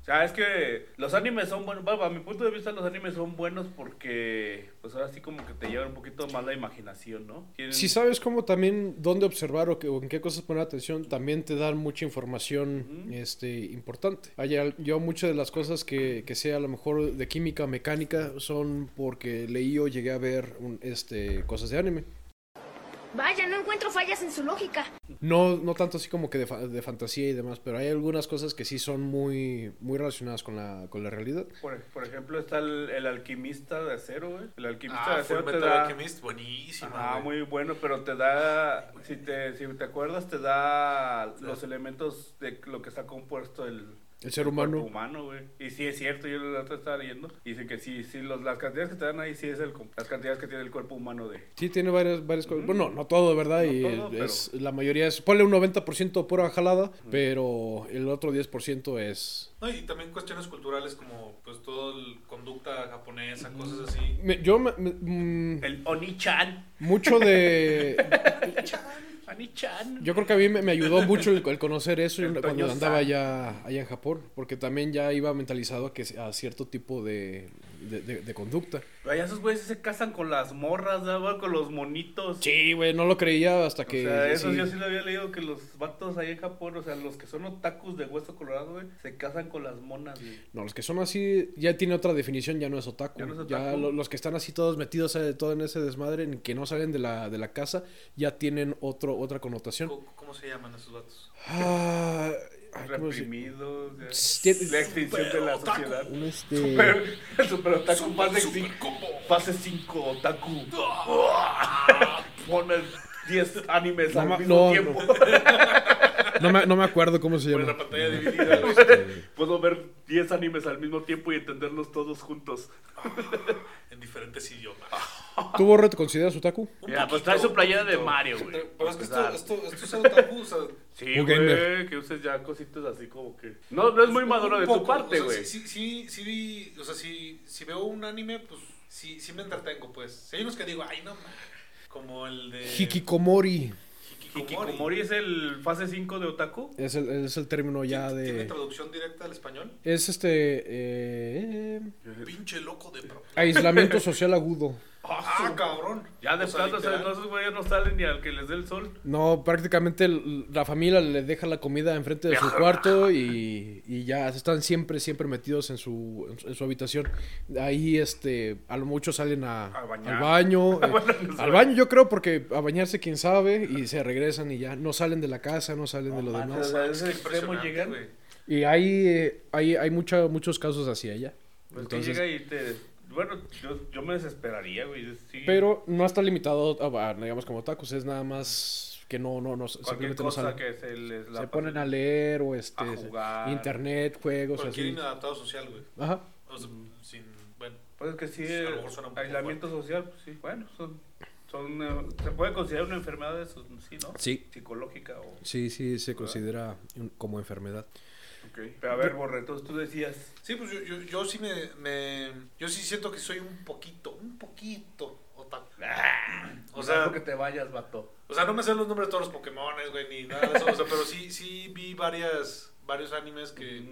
Speaker 1: O sea, es que los animes son buenos, bueno, a mi punto de vista los animes son buenos porque pues ahora sí como que te llevan un poquito más la imaginación, ¿no? Tienen-
Speaker 3: Si sabes cómo también dónde observar o, que- o en qué cosas poner atención, también te dan mucha información este, importante. Hay al- yo muchas de las cosas que, que sé a lo mejor de química mecánica son porque leí o llegué a ver un- este, cosas de anime.
Speaker 7: Vaya, no encuentro fallas en su lógica.
Speaker 3: No, no tanto así como que de, fa- de fantasía y demás, pero hay algunas cosas que sí son muy, muy relacionadas con la, con la realidad.
Speaker 1: Por, por ejemplo, está el, el alquimista de acero, güey. El alquimista de
Speaker 2: Ah,
Speaker 1: acero
Speaker 2: Full
Speaker 1: te
Speaker 2: Metal
Speaker 1: da...
Speaker 2: Alchemist, buenísimo.
Speaker 1: Ah,
Speaker 2: güey.
Speaker 1: muy bueno, pero te da, si te, si te acuerdas, te da los elementos de lo que está compuesto el,
Speaker 3: El ser
Speaker 1: cuerpo
Speaker 3: humano.
Speaker 1: humano, güey. Y sí es cierto, yo lo otro estaba leyendo. y Dicen que sí, sí, los, las cantidades que te dan ahí sí es el, com- las cantidades que tiene el cuerpo humano de...
Speaker 3: Sí, tiene varias, varias cosas. Bueno, no todo, ¿verdad?
Speaker 1: No
Speaker 3: y
Speaker 1: todo, pero-
Speaker 3: es, la mayoría es, ponle un 90% pura jalada, pero el otro 10% es...
Speaker 2: No, y también cuestiones culturales como pues todo el conducta japonesa, cosas así.
Speaker 3: Me- yo, me- me- mm,
Speaker 1: El Oni-chan.
Speaker 3: mucho de...
Speaker 1: Oni-chan.
Speaker 3: Yo creo que a mí me, me ayudó mucho el, el conocer eso y
Speaker 1: El
Speaker 3: cuando
Speaker 1: Toño
Speaker 3: andaba
Speaker 1: San.
Speaker 3: allá, allá en Japón, porque también ya iba mentalizado a, que, a cierto tipo de, de- de- de conducta.
Speaker 1: Pero ya esos güeyes se casan con las morras, ¿no, güey? con los monitos.
Speaker 3: Sí, güey, no lo creía hasta que...
Speaker 1: o sea, eso
Speaker 3: sí.
Speaker 1: yo sí lo había leído que los vatos ahí en Japón, o sea, los que son otakus de hueso colorado, güey, se casan con las monas, güey.
Speaker 3: No, los que son así ya tiene otra definición, ya no es otaku. Ya,
Speaker 1: Ya no es otaku.
Speaker 3: lo- los que están así todos metidos eh, todo en ese desmadre, en que no salen de la, de la casa, ya tienen otro, otra connotación.
Speaker 2: Co- ¿Cómo, se llaman esos vatos?
Speaker 3: Ah, ay, ¿cómo se-
Speaker 1: reprimidos. ya.
Speaker 3: Tien-
Speaker 1: La extinción de la sociedad.
Speaker 3: un este-
Speaker 1: Super, el <laughs> super otaku
Speaker 2: Super,
Speaker 1: fase
Speaker 2: super
Speaker 1: 5.
Speaker 2: combo.
Speaker 1: Fase 5 otaku. <laughs> Ponme 10 animes
Speaker 3: No, ma-
Speaker 1: al mismo
Speaker 3: no,
Speaker 1: tiempo.
Speaker 3: No, me, no me acuerdo cómo se
Speaker 2: Pues la
Speaker 3: llama.
Speaker 2: pantalla dividida. güey.
Speaker 1: <laughs> Puedo ver 10 animes al mismo tiempo y entenderlos todos juntos.
Speaker 2: <laughs> en diferentes idiomas.
Speaker 3: ¿Tú, Borre, te consideras otaku?
Speaker 2: Un
Speaker 1: Mira, pues
Speaker 2: poquito,
Speaker 1: trae su
Speaker 2: un
Speaker 1: playera de
Speaker 2: poquito.
Speaker 1: Mario, güey.
Speaker 2: Pero es que esto,
Speaker 1: Empezar.
Speaker 2: esto, esto es algo tabú, o sea,
Speaker 1: Sí, Sí,
Speaker 3: Un
Speaker 1: güey,
Speaker 3: gamer.
Speaker 1: que uses ya cositas así como que... No, no es muy maduro
Speaker 2: Un
Speaker 1: de tu
Speaker 2: poco,
Speaker 1: parte,
Speaker 2: o sea,
Speaker 1: güey.
Speaker 2: Sí, sí, sí, sí, o sea, sí, si veo un anime, pues sí, sí me entretengo, pues. Si hay unos que digo, ay, no, ma", como el
Speaker 1: Eh,
Speaker 2: de...
Speaker 3: Hikikomori
Speaker 2: Hikikomori.
Speaker 1: Hikikomori es el fase 5 de Otaku.
Speaker 3: es el, es el término ya
Speaker 2: ¿Tiene- ¿Tiene
Speaker 3: de...
Speaker 2: traducción directa al español?
Speaker 3: Es este... eh,
Speaker 2: Pinche loco
Speaker 1: <laughs>
Speaker 2: de... pro-
Speaker 3: aislamiento social agudo.
Speaker 2: Ah, cabrón.
Speaker 1: Ya de
Speaker 2: O sea,
Speaker 1: plano, o sea,
Speaker 2: literal.
Speaker 1: no, esos güeyes no salen ni al que les dé el sol.
Speaker 3: No, prácticamente el- la familia le deja la comida enfrente de su cuarto y, y ya están siempre, siempre metidos en su, en su, en su habitación. Ahí, este, a lo mucho salen a,
Speaker 1: A bañar. <laughs>
Speaker 3: al baño. eh,
Speaker 1: Bueno, no sé.
Speaker 3: al baño yo creo porque a bañarse quién sabe y se regresan y ya no salen de la casa, no salen de lo
Speaker 1: O
Speaker 3: demás.
Speaker 1: sea, ese
Speaker 2: Qué
Speaker 1: extremo
Speaker 2: impresionante,
Speaker 1: llegan.
Speaker 2: güey.
Speaker 3: Y hay, eh, hay, hay mucha- muchos casos así allá.
Speaker 1: Pues que
Speaker 3: Entonces-
Speaker 1: llega y te... Bueno, yo, yo me desesperaría, güey. sí.
Speaker 3: Pero no está limitado a, a, digamos, como tacos, es nada más que no, no, no,
Speaker 1: Cualquier
Speaker 3: simplemente no
Speaker 1: cosa
Speaker 3: salen.
Speaker 1: que se les la
Speaker 3: se ponen a leer o este
Speaker 1: A jugar.
Speaker 3: internet, juegos
Speaker 2: Cualquier
Speaker 3: así.
Speaker 2: inadaptado social, güey.
Speaker 3: Ajá.
Speaker 2: O sea,
Speaker 1: Mm.
Speaker 2: sin... Bueno,
Speaker 1: Pues que sí,
Speaker 2: A lo mejor suena un poco
Speaker 1: aislamiento social, pues sí. Bueno, son, son, eh, se puede considerar una enfermedad de esos, sí, ¿no?
Speaker 3: Sí.
Speaker 1: Psicológica o...
Speaker 3: Sí, sí, se considera un- como enfermedad.
Speaker 1: Pero a ver, Borre, entonces tú decías...
Speaker 2: Sí, pues yo, yo, yo sí me, me- Yo sí siento que soy un poquito, un poquito otaku. O
Speaker 1: Ah,
Speaker 2: sea,
Speaker 1: pues que te vayas, vato.
Speaker 2: o sea, no me sé los nombres de todos los Pokémones, güey, ni nada de eso. O sea, pero sí, sí vi varias, varios animes que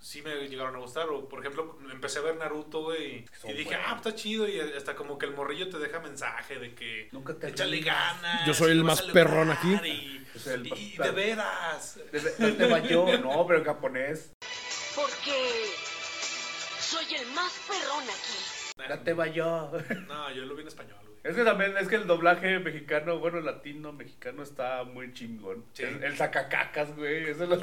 Speaker 2: sí me llegaron a gustar. O, por ejemplo, empecé a ver Naruto, güey, y
Speaker 1: Son
Speaker 2: dije,
Speaker 1: buenos.
Speaker 2: ah, está chido. Y hasta como que el morrillo te deja mensaje de que.
Speaker 1: Nunca te
Speaker 2: Échale
Speaker 1: rindas.
Speaker 2: ganas.
Speaker 3: Yo soy
Speaker 2: y
Speaker 3: el
Speaker 2: vas
Speaker 3: más
Speaker 2: a lograr,
Speaker 3: perrón aquí.
Speaker 2: Y,
Speaker 1: Es el-
Speaker 2: y de veras.
Speaker 1: No te vayó, no, pero en japonés.
Speaker 7: Porque soy el más perrón aquí.
Speaker 1: No te vayó.
Speaker 2: No, yo lo vi en español, güey.
Speaker 1: Es que también, es que el doblaje mexicano, bueno, latino, mexicano está muy chingón.
Speaker 2: Sí.
Speaker 1: El, el sacacacas, güey. Eso lo,
Speaker 2: El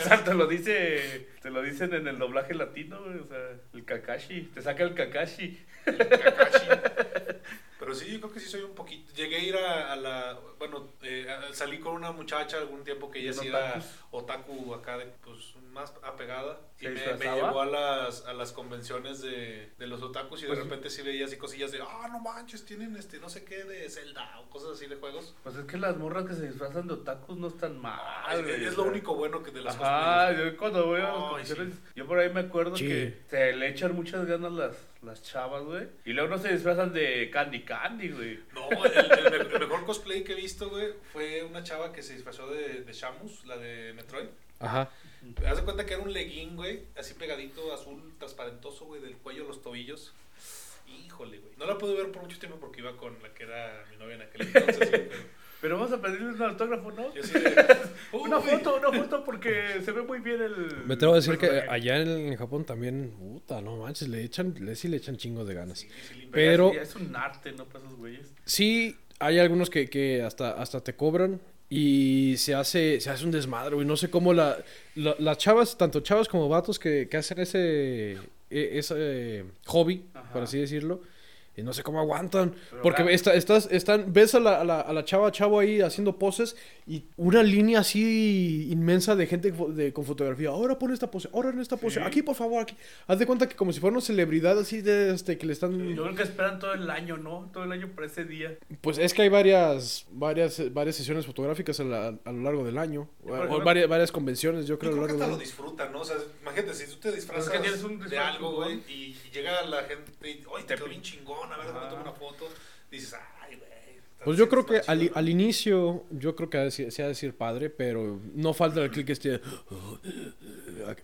Speaker 1: <laughs> O sea, te lo dice, te lo dicen en el doblaje latino, güey. O sea, el Kakashi. Te saca el Kakashi.
Speaker 2: Kakashi. <laughs> Pero sí, yo creo que sí soy un poquito. Llegué a ir a, a la. Bueno, eh, a- salí con una muchacha algún tiempo que ella sí era otaku acá, de, pues más apegada. Y
Speaker 1: ¿Se
Speaker 2: me, me
Speaker 1: disfrazaba?
Speaker 2: llevó a las, a las convenciones de, de los otakus y de
Speaker 1: Pues-
Speaker 2: repente sí veía así cosillas de. Ah, no manches, tienen este, no sé qué de Zelda o cosas así de juegos.
Speaker 1: Pues es que las morras que se disfrazan de otakus no están
Speaker 2: Es-
Speaker 1: mal.
Speaker 2: es,
Speaker 1: Ah, güey, o
Speaker 2: lo
Speaker 1: sea.
Speaker 2: único bueno que de las
Speaker 1: Ajá,
Speaker 2: cosplays.
Speaker 1: yo cuando veo las
Speaker 2: Ay,
Speaker 1: convenciones,
Speaker 2: sí.
Speaker 1: yo por ahí me acuerdo
Speaker 3: Sí.
Speaker 1: que se le echan muchas ganas las, las chavas, güey. Y luego no se disfrazan de Candy Candy, güey.
Speaker 2: No, el, el- el mejor cosplay que he visto, güey, fue una chava que se disfrazó de, de Shamus, la de Metroid.
Speaker 3: Ajá.
Speaker 2: Haz de cuenta que era un legging, güey, así pegadito, azul, transparentoso, güey, del cuello a los tobillos. Híjole, güey. No la pude ver por mucho tiempo porque iba con la que era mi novia en aquel entonces, güey, pero
Speaker 1: Pero vamos a pedirles un autógrafo, ¿no?
Speaker 2: yo sí de-
Speaker 1: <laughs> Una
Speaker 2: Uy.
Speaker 1: foto, una foto porque se ve muy bien el...
Speaker 3: Me atrevo a decir que
Speaker 1: personaje.
Speaker 3: allá en, en Japón también, puta, no manches, le echan, le, sí le echan chingo de ganas.
Speaker 2: Sí, limpia.
Speaker 3: Pero
Speaker 1: Sí, Es un arte, ¿no? Para esos güeyes.
Speaker 3: sí hay algunos que, que hasta, hasta te cobran y se hace, se hace un desmadre, güey. No sé cómo la, la- las chavas, tanto chavas como vatos que, que hacen ese, e- ese hobby,
Speaker 1: Ajá.
Speaker 3: por así decirlo. Y no sé cómo aguantan.
Speaker 1: Pero
Speaker 3: porque
Speaker 1: ganan.
Speaker 3: esta- estás, están, ves a la, a la- a la chava, chavo ahí haciendo poses y una línea así inmensa de gente fo- de- con fotografía. Ahora pon esta pose, ahora en esta pose.
Speaker 1: Sí.
Speaker 3: Aquí, por favor, aquí. Haz de cuenta que como si fuera una celebridad así de este, que le están.
Speaker 1: Yo creo que esperan todo el año, ¿no? Todo el año para ese día.
Speaker 3: Pues es que hay varias, varias, varias sesiones fotográficas a, la- a lo largo del año. O,
Speaker 1: por ejemplo-
Speaker 3: varias, varias convenciones, yo creo, a
Speaker 2: Yo
Speaker 3: lo
Speaker 2: creo que
Speaker 3: largo
Speaker 2: hasta
Speaker 3: del
Speaker 2: lo
Speaker 3: año.
Speaker 2: disfrutan, ¿no? O sea, imagínate, si tú te disfrazas
Speaker 1: Es que tienes un
Speaker 2: de
Speaker 1: disfraz
Speaker 2: algo, güey,
Speaker 1: chingón.
Speaker 2: y llega la gente y, oye, te
Speaker 1: Te
Speaker 2: quedó
Speaker 1: pin-
Speaker 2: bien chingón, a ver, déjame
Speaker 1: Ajá.
Speaker 2: tomar una foto. Dices, ay, güey.
Speaker 3: Pues yo creo que
Speaker 2: está
Speaker 3: al,
Speaker 2: chido,
Speaker 3: al
Speaker 2: ¿no?
Speaker 3: inicio, yo creo que ha de ser- se ha de decir padre, pero no falta el clic este. <gasps>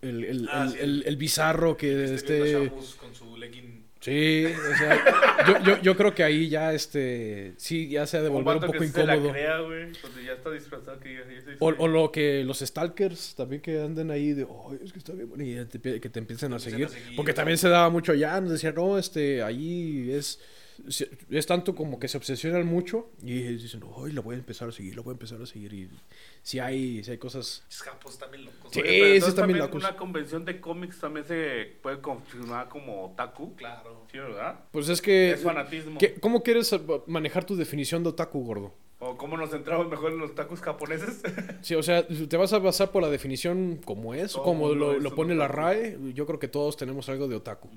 Speaker 3: El, el-
Speaker 2: Ah,
Speaker 3: el-
Speaker 2: sí.
Speaker 3: el- el bizarro que
Speaker 2: Este vio
Speaker 3: este.
Speaker 2: a Shamus con su legging
Speaker 3: Sí, o sea, yo, yo, yo creo que ahí ya este. Sí, ya se ha de volver un
Speaker 1: vato
Speaker 3: poco
Speaker 1: que se la
Speaker 3: incómodo.
Speaker 1: crea, güey. Cuando ya está disfrazado que ya, ya se-
Speaker 3: O, o lo que los stalkers también que anden ahí de, "Ay, es que está bien, bueno", y ya te empie- que te empiecen a
Speaker 2: Empiezan
Speaker 3: seguir.
Speaker 2: a seguir,
Speaker 3: Porque
Speaker 2: ¿no?
Speaker 3: también se daba mucho allá, nos decían, no, este, ahí es, se- es tanto como que se obsesionan mucho y dicen, ay, la voy a empezar a seguir, la voy a empezar a seguir. Y si hay, si hay cosas.
Speaker 2: Los japos están bien locos.
Speaker 3: Sí.
Speaker 2: güey.
Speaker 1: Pero entonces
Speaker 3: sí está
Speaker 1: también
Speaker 3: bien locos.
Speaker 1: una convención de cómics también se puede confirmar como otaku.
Speaker 2: Claro.
Speaker 1: Sí, ¿verdad?
Speaker 3: Pues es que.
Speaker 1: Es fanatismo.
Speaker 3: ¿qué- ¿Cómo quieres eh, manejar tu definición de otaku, gordo?
Speaker 1: O cómo nos centramos mejor en los tacos
Speaker 3: <laughs>
Speaker 1: japoneses.
Speaker 3: Sí, o sea, te vas a basar por la definición como es,
Speaker 1: Todo
Speaker 3: como
Speaker 1: mundo
Speaker 3: lo,
Speaker 1: es
Speaker 3: lo
Speaker 1: un
Speaker 3: pone la
Speaker 1: otaku.
Speaker 3: RAE. Yo creo que todos tenemos algo de otaku.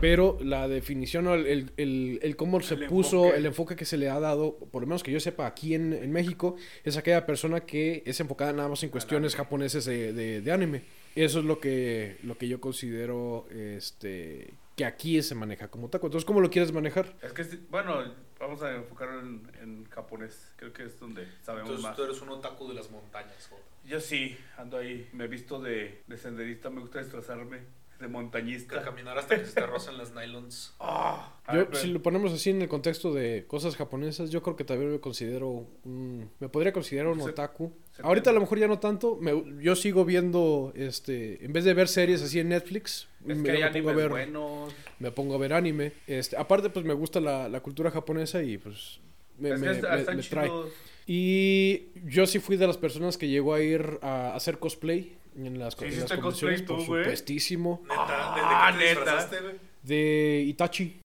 Speaker 3: Pero la definición, o el, el, el- el cómo se puso,
Speaker 1: enfoque.
Speaker 3: el enfoque que se le ha dado, por lo menos que yo sepa, aquí en, en México, es aquella persona que es enfocada nada más en cuestiones japonesas de, de- de anime. Eso es lo que, lo que yo considero este, que aquí se maneja como otaku. Entonces, ¿cómo lo quieres manejar?
Speaker 1: es que, sí, bueno, vamos a enfocarlo en, en japonés. Creo que es donde sabemos
Speaker 2: Entonces
Speaker 1: más.
Speaker 2: tú eres un otaku de las montañas, Joto.
Speaker 1: Yo sí, ando ahí. Me he visto de, de senderista, me gusta disfrazarme de
Speaker 2: Que
Speaker 1: montañista.
Speaker 2: caminar hasta que se te rozan las <laughs> nylons.
Speaker 1: Ah, a
Speaker 3: Yo,
Speaker 1: ver, pero-
Speaker 3: si lo ponemos así en el contexto de cosas japonesas, yo creo que también me considero un... Me podría considerar un
Speaker 1: Se-
Speaker 3: otaku.
Speaker 1: se-
Speaker 3: Ahorita a lo mejor ya no tanto. me- yo sigo viendo, este... En vez de ver series así en Netflix,
Speaker 1: es
Speaker 3: me,
Speaker 1: que hay
Speaker 3: me pongo a
Speaker 1: animes
Speaker 3: ver,
Speaker 1: buenos.
Speaker 3: me pongo a ver anime. Este, aparte, pues me gusta la, la cultura japonesa y pues... Me,
Speaker 1: es que
Speaker 3: me-
Speaker 1: está-
Speaker 3: me-
Speaker 1: están
Speaker 3: me trae.
Speaker 1: chidos.
Speaker 3: Y yo sí fui de las personas que llegó a ir a hacer cosplay en las,
Speaker 1: Sí,
Speaker 3: en
Speaker 1: hiciste
Speaker 3: las convenciones,
Speaker 1: cosplay
Speaker 3: por
Speaker 1: tú, güey.
Speaker 3: supuestísimo.
Speaker 2: Neta,
Speaker 1: Ah,
Speaker 2: desde que te
Speaker 1: neta.
Speaker 2: disfrazaste, güey.
Speaker 3: De Itachi.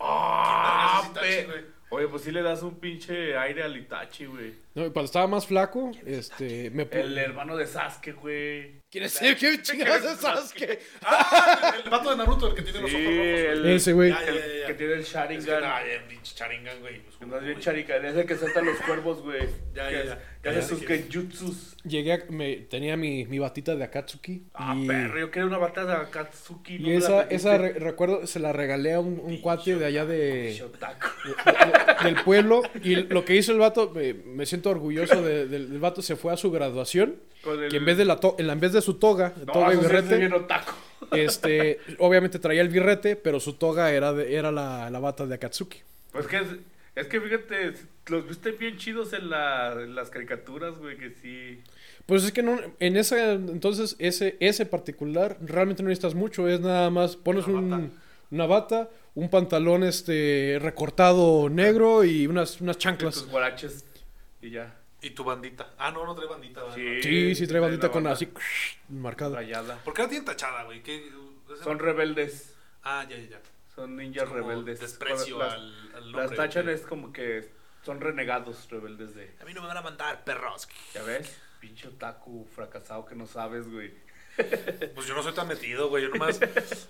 Speaker 1: Ah,
Speaker 2: Vergas, Itachi,
Speaker 1: pe-
Speaker 2: güey.
Speaker 1: Oye, pues sí le das un pinche aire al Itachi, güey.
Speaker 3: No, y cuando estaba más flaco, este, me pu-
Speaker 1: El hermano de Sasuke, güey.
Speaker 3: ¿Quién es el que chingados es Sasuke?
Speaker 2: Ah, el, el vato de Naruto, el que tiene los
Speaker 1: Sí,
Speaker 2: ojos rojos.
Speaker 1: el,
Speaker 2: güey.
Speaker 3: Ese, güey.
Speaker 2: Ya, ya, ya, ya.
Speaker 1: que tiene el
Speaker 2: Es que,
Speaker 1: Sharingan.
Speaker 2: ah, ya, pinche Sharingan, güey. pues,
Speaker 1: Más bien
Speaker 2: uy.
Speaker 1: Sharingan, es el que salta los cuervos, güey.
Speaker 2: Ya,
Speaker 1: que,
Speaker 2: ya, ya.
Speaker 1: que
Speaker 2: Ya,
Speaker 1: hace
Speaker 2: ya
Speaker 1: sus
Speaker 2: dije.
Speaker 1: genjutsus.
Speaker 3: Llegué a- me, tenía mi, mi batita de Akatsuki.
Speaker 1: Ah,
Speaker 3: y
Speaker 1: perro, yo quería una bata de Akatsuki.
Speaker 3: y
Speaker 1: no me la
Speaker 3: esa,
Speaker 1: trajiste.
Speaker 3: esa re- recuerdo, se la regalé a un, un cuate de allá de,
Speaker 1: Shotaku.
Speaker 3: del pueblo. Y lo que hizo el vato, me, me siento orgulloso de- del, del vato, se fue a su graduación.
Speaker 1: Con el-
Speaker 3: Y en vez de, la to- en, la- en vez de su toga,
Speaker 1: No,
Speaker 3: toga y
Speaker 1: eso sí es
Speaker 3: birrete,
Speaker 1: bien otaku.
Speaker 3: este, obviamente traía el birrete, pero su toga era, de- era la, la bata de Akatsuki.
Speaker 1: Pues que es, es que fíjate, los viste bien chidos en, la- en las caricaturas, güey, que sí.
Speaker 3: Pues es que no, en esa, entonces, ese, ese particular, realmente no necesitas mucho, es nada más, pones
Speaker 2: Una
Speaker 3: un-
Speaker 2: bata.
Speaker 3: una bata, un pantalón este recortado negro y unas,
Speaker 1: Y
Speaker 3: unas
Speaker 1: tus
Speaker 3: chanclas.
Speaker 1: guaraches. Y ya.
Speaker 2: Y tu bandita. Ah, no, no trae bandita. ¿verdad?
Speaker 3: Sí, sí, trae bandita
Speaker 1: una
Speaker 3: con
Speaker 1: banda
Speaker 3: así marcada.
Speaker 1: Rayada.
Speaker 2: ¿Por qué la tiene tachada, güey? ¿Qué- ese-
Speaker 1: Son rebeldes.
Speaker 2: Ah, ya, ya, ya.
Speaker 1: Son ninjas
Speaker 2: Como
Speaker 1: rebeldes.
Speaker 2: Desprecio
Speaker 1: Las-
Speaker 2: al, al hombre,
Speaker 1: Las tachan
Speaker 2: güey.
Speaker 1: es como que son renegados rebeldes de.
Speaker 2: A mí no me van a mandar, perros.
Speaker 1: ¿Ya ves? Pinche otaku fracasado que no sabes, güey.
Speaker 2: Pues yo no soy tan metido, güey. Yo <laughs> nomás.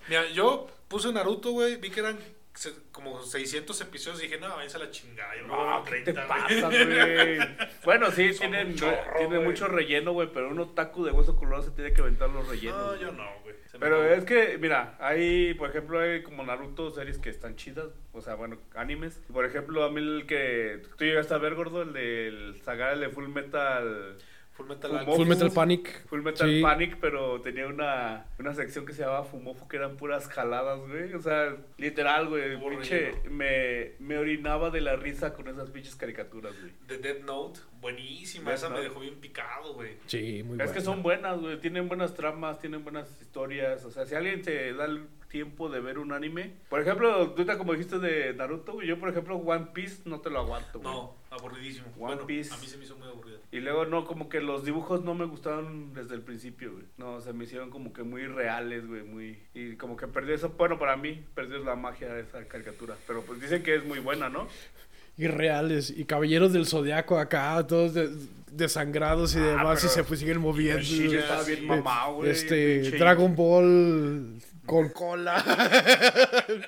Speaker 2: Mira, yo puse Naruto, güey. Vi que eran se- como 600 episodios. Y dije, no, váyanse a la chingada. Yo no voy a ver
Speaker 1: ¿Qué te
Speaker 2: 30,
Speaker 1: pasa,
Speaker 2: güey.
Speaker 1: güey? Ah, <laughs> Bueno, sí,
Speaker 2: Son
Speaker 1: tienen,
Speaker 2: un chorro,
Speaker 1: tienen
Speaker 2: güey.
Speaker 1: mucho relleno, güey, pero un otaku de hueso colorado se tiene que aventar los rellenos.
Speaker 2: <laughs> No,
Speaker 1: güey.
Speaker 2: yo no, güey. Se me
Speaker 1: Pero
Speaker 2: acabó.
Speaker 1: es que, mira, hay, por ejemplo, hay como Naruto series que están chidas, o sea, bueno, animes. Por ejemplo, a mí el que tú llegaste a ver, gordo, el del Saga, el de Full Metal,
Speaker 2: Full Metal
Speaker 1: Full
Speaker 2: Alchemist.
Speaker 3: Full Metal Panic.
Speaker 1: Full Metal
Speaker 3: Sí.
Speaker 1: Panic, pero tenía una, una sección que se llamaba Fumofu, que eran puras jaladas, güey. O sea, literal, güey,
Speaker 2: Puro
Speaker 1: pinche,
Speaker 2: relleno.
Speaker 1: me, me orinaba de la risa con esas pinches caricaturas, güey.
Speaker 2: De Dead Note. Buenísima.
Speaker 1: Death
Speaker 2: Esa me
Speaker 1: Note.
Speaker 2: dejó bien picado, güey.
Speaker 3: Sí, muy
Speaker 1: Es
Speaker 3: bueno.
Speaker 1: que son buenas, güey. Tienen buenas tramas, tienen buenas historias. O sea, si alguien se da el tiempo de ver un anime. Por ejemplo, tú como dijiste de Naruto, güey. Yo, por ejemplo, One Piece no te lo aguanto, güey.
Speaker 2: No, aburridísimo.
Speaker 1: One
Speaker 2: bueno,
Speaker 1: Piece.
Speaker 2: a mí se me hizo muy aburrido.
Speaker 1: Y luego, no, como que los dibujos no me gustaron desde el principio, güey. No, se me hicieron como que muy reales, güey. Muy... Y como que perdió eso. Bueno, para mí, perdió la magia de esa caricatura. Pero pues dicen que es muy buena, ¿no?
Speaker 3: Y reales, y caballeros del zodiaco acá, todos de- desangrados y
Speaker 1: Ah,
Speaker 3: demás, y
Speaker 1: pero-
Speaker 3: se pues, siguen moviendo.
Speaker 1: Sí,
Speaker 2: ya
Speaker 1: estaba
Speaker 2: sí.
Speaker 1: bien mamado, güey.
Speaker 3: este,
Speaker 1: pinche-
Speaker 3: Dragon Ball con
Speaker 1: <laughs>
Speaker 3: cola.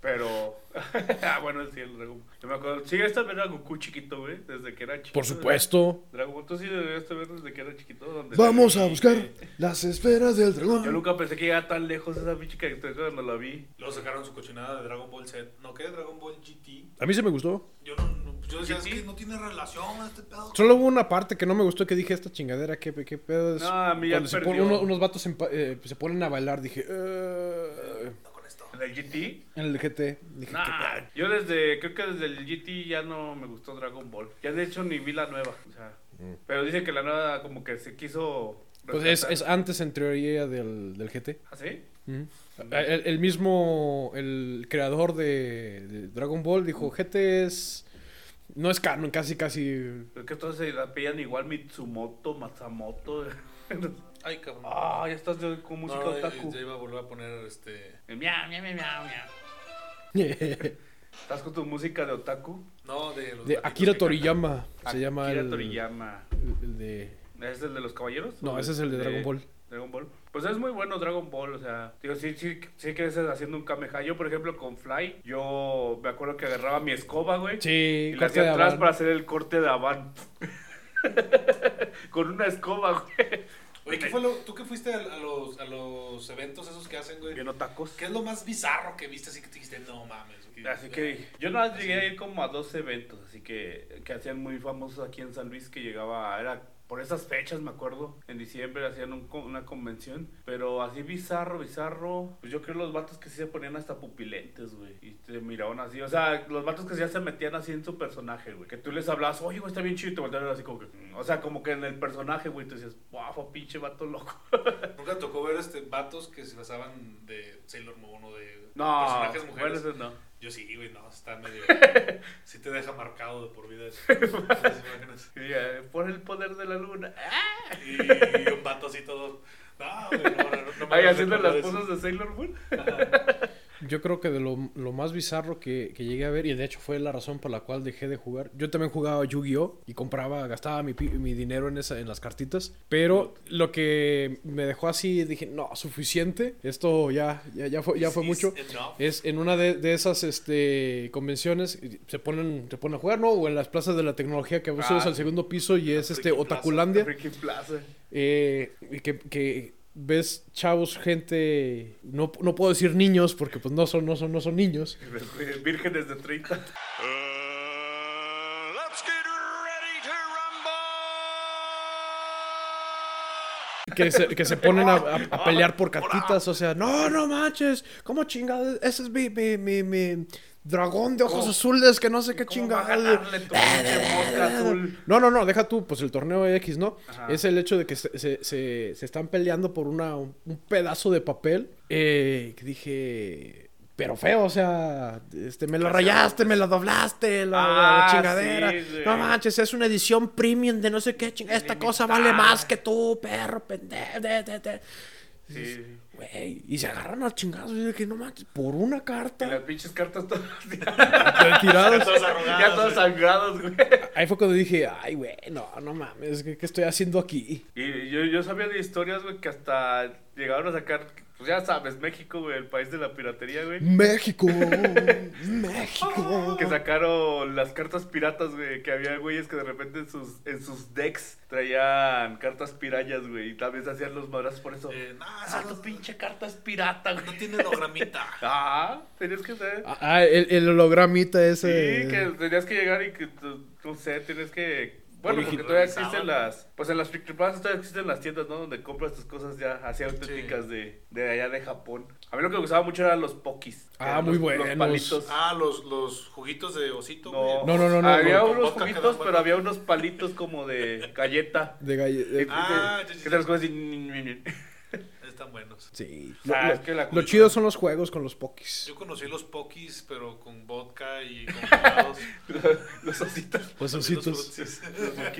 Speaker 1: Pero. <laughs> ah, bueno, sí, el Dragon Ball. Yo me acuerdo. Sí, esta ver a Goku chiquito, güey. Desde que era chiquito.
Speaker 3: Por supuesto.
Speaker 1: Dragon Ball, tú sí deberías ver desde que era chiquito. donde-
Speaker 3: Vamos a buscar las esferas del dragón.
Speaker 1: Yo nunca pensé que llegaba tan lejos esa pinche caricatura cuando la vi.
Speaker 2: Luego sacaron su cochinada de Dragon Ball Z. No, ¿qué? Dragon Ball GT.
Speaker 3: A mí se me gustó.
Speaker 2: Yo, no, no, pues yo decía, es
Speaker 1: GT.
Speaker 2: que no tiene relación este pedo.
Speaker 3: Solo hubo una parte que no me gustó que dije esta chingadera, qué, qué pedo es.
Speaker 1: No, a mí ya
Speaker 3: Cuando se
Speaker 1: perdió.
Speaker 3: pone- uno- unos vatos en pa- eh, se ponen a bailar, dije. "Eh",
Speaker 2: No con esto.
Speaker 1: ¿En el GT?
Speaker 3: en el GT. Dije,
Speaker 1: Nah,
Speaker 3: "Qué pedo".
Speaker 1: yo desde, creo que desde el GT ya no me gustó Dragon Ball. Ya de hecho ni vi la nueva. O sea, Pero dice que la nueva como que se quiso...
Speaker 3: Mm. Pues es, es
Speaker 1: rescatar.
Speaker 3: antes en teoría del, del GT.
Speaker 1: ¿Ah, sí?
Speaker 3: Ujú. el, el mismo, el creador de, de Dragon Ball dijo: GT es. No es canon, casi, casi. <laughs>
Speaker 1: Es Pues que entonces se la pillan igual Mitsumoto, Matsumoto. <laughs>
Speaker 2: Ay, cabrón.
Speaker 1: Ah, ya estás de- con música
Speaker 2: no,
Speaker 1: otaku.
Speaker 2: Ya iba a volver a poner este.
Speaker 1: Miau, miau, miau, miau, miau. ¿Estás con tu música de otaku?
Speaker 2: No, de los
Speaker 3: De
Speaker 2: gatitos
Speaker 3: Akira
Speaker 2: que
Speaker 3: Toriyama. Se llama
Speaker 1: Akira
Speaker 3: el,
Speaker 1: Toriyama.
Speaker 3: el- el de...
Speaker 1: ¿Es el de los caballeros?
Speaker 3: No,
Speaker 1: ¿O
Speaker 3: ese es el de Dragon Ball.
Speaker 1: Dragon Ball. Pues es muy bueno Dragon Ball, o sea, digo, sí, sí, sí que es haciendo un kamehameha. Yo, por ejemplo, con Fly, yo me acuerdo que agarraba mi escoba, güey.
Speaker 3: Sí,
Speaker 1: Y la
Speaker 3: corte de
Speaker 1: hacía atrás
Speaker 3: Habana.
Speaker 1: para hacer el corte de Avan. <laughs> con una escoba, güey.
Speaker 2: cantan. Oye, ¿qué fue lo- ¿tú que fuiste a, a los, a los eventos esos que hacen, güey?
Speaker 1: Bien otacos.
Speaker 2: ¿Qué es lo más bizarro que viste así que te dijiste, no mames? güey"?
Speaker 1: Así que yo nada más llegué a ir como a dos eventos, así que, que hacían muy famosos aquí en San Luis, que llegaba, era por esas fechas, me acuerdo, en diciembre hacían un con- una convención, pero así bizarro, bizarro, pues yo creo los vatos que sí se ponían hasta pupilentes, güey, y te miraban así, o sea, los vatos que sí ya se metían así en su personaje, güey, que tú les hablabas, oye, güey, está bien chido, y te volteaban así como que, "Mm", o sea, como que en el personaje, güey, tú decías, guau, pinche vato loco. <laughs>
Speaker 2: Nunca tocó ver este vatos que se pasaban de Sailor Moon o de
Speaker 1: No,
Speaker 2: personajes
Speaker 1: bueno,
Speaker 2: mujeres.
Speaker 1: eso no.
Speaker 2: Yo sí, güey, no, está <laughs> medio. sí te deja marcado de por vida eso. <laughs> Esas imágenes.
Speaker 1: Y, eh, por el poder de la luna.
Speaker 2: Y, y un vato así todo. No, güey, no, no, no me
Speaker 1: Ahí
Speaker 2: hagas
Speaker 1: haciendo
Speaker 2: recordar
Speaker 1: las
Speaker 2: eso.
Speaker 1: cosas de Sailor Moon.
Speaker 3: Yo creo que de lo, lo más bizarro que, que llegué a ver, y de hecho fue la razón por la cual dejé de jugar. Yo también jugaba Yu-Gi-Oh! y compraba, gastaba mi, pi- mi dinero en, esa, en las cartitas. Pero lo que me dejó así, dije, no, suficiente. Esto ya, ya, ya fue, ya fue
Speaker 2: Is-
Speaker 3: mucho.
Speaker 2: is enough.
Speaker 3: Es en una de, de esas este, convenciones, y se ponen, se ponen a jugar, ¿no? O en las plazas de la tecnología que a veces
Speaker 1: Ah.
Speaker 3: es al segundo piso y es este
Speaker 2: Friki Plaza.
Speaker 3: Otaculandia.
Speaker 1: Ricky Plaza.
Speaker 3: Eh, y que, que ves chavos, gente, no, no puedo decir niños porque pues no son, no son, no son niños.
Speaker 1: Vírgenes de 30.
Speaker 3: Que se, que se ponen a, a- a pelear por cartitas, o sea, no, no manches, ¿cómo chingada? Ese es mi, mi, mi, mi dragón de ojos azules que no sé qué
Speaker 1: Oh. ¿Cómo va a
Speaker 3: chingada.
Speaker 1: ganarle tu pinche mosca azul?
Speaker 3: No, no, no, deja tú, pues el torneo X, ¿no?
Speaker 1: Ajá.
Speaker 3: Es el hecho de que se, se- se- se están peleando por una, un pedazo de papel. eh, que dije, pero feo, o sea, este, me la rayaste, me la doblaste, la, la
Speaker 1: Ah,
Speaker 3: chingadera.
Speaker 1: sí, güey.
Speaker 3: no manches, es una edición premium de no sé qué chingada. Esta cosa vale más que tú, perro, pendejo. de- de- de".
Speaker 1: Sí.
Speaker 3: Güey, y se agarran a chingados. Y dije, no manches, por una
Speaker 1: Y las <laughs>
Speaker 3: carta.
Speaker 1: pinches cartas todas.
Speaker 3: tiradas.
Speaker 2: Todas arrugadas,
Speaker 1: ya todas
Speaker 2: güey.
Speaker 1: sangrados, güey.
Speaker 3: Ahí fue cuando dije, ay, güey, no, no mames, ¿qué, qué estoy haciendo aquí?
Speaker 1: Y yo, yo sabía de historias, güey, que hasta llegaron a sacar. Pues ya sabes, México, güey, el país de la piratería, güey.
Speaker 3: México, México.
Speaker 1: Que sacaron las cartas piratas, güey. Que había güeyes que de repente en sus, en sus decks traían cartas pirayas, güey. Y también se hacían los madrazos por eso.
Speaker 2: Eh, no,
Speaker 1: ah, tu pinche carta es pirata, güey.
Speaker 2: no tiene hologramita.
Speaker 1: Ah, tenías que saber.
Speaker 3: Ah, Ah, el, el hologramita
Speaker 1: Sí,
Speaker 3: ese.
Speaker 1: que tenías que llegar y que, tú- no sé, tienes que... Bueno, porque
Speaker 2: Origi-
Speaker 1: todavía existen
Speaker 2: Organizaban.
Speaker 1: las... Pues en las Picture Plaza todavía existen las tiendas, ¿no? Donde compras tus cosas ya así auténticas de, de allá de Japón. A mí lo que me gustaba mucho eran los pokis. que
Speaker 3: Ah,
Speaker 1: eran
Speaker 3: muy
Speaker 1: los- Los
Speaker 3: buenos.
Speaker 1: palitos.
Speaker 2: <laughs> Ah, los, los juguitos de osito,
Speaker 1: No.
Speaker 2: güey.
Speaker 3: No, no, no, no,
Speaker 1: Había
Speaker 2: no.
Speaker 1: unos
Speaker 2: Con vodka
Speaker 1: juguitos,
Speaker 2: quedan
Speaker 1: pero
Speaker 2: buenos.
Speaker 1: había unos palitos como de galleta. Eh,
Speaker 3: De galle- de-
Speaker 2: Ah,
Speaker 1: que,
Speaker 2: ya, ya,
Speaker 1: que te
Speaker 2: ya.
Speaker 1: los comes y...
Speaker 2: Están buenos.
Speaker 3: Sí.
Speaker 1: O sea,
Speaker 3: Lo-
Speaker 1: Ah, es que la
Speaker 3: lo,
Speaker 1: cultura-
Speaker 3: chido son los juegos con los pokis.
Speaker 2: Yo conocí los pokis, pero con vodka y con helados.
Speaker 1: <laughs> <laughs> los
Speaker 2: <laughs>
Speaker 1: ositos.
Speaker 3: Los
Speaker 2: Y los
Speaker 3: ositos.
Speaker 2: frutsis. <laughs>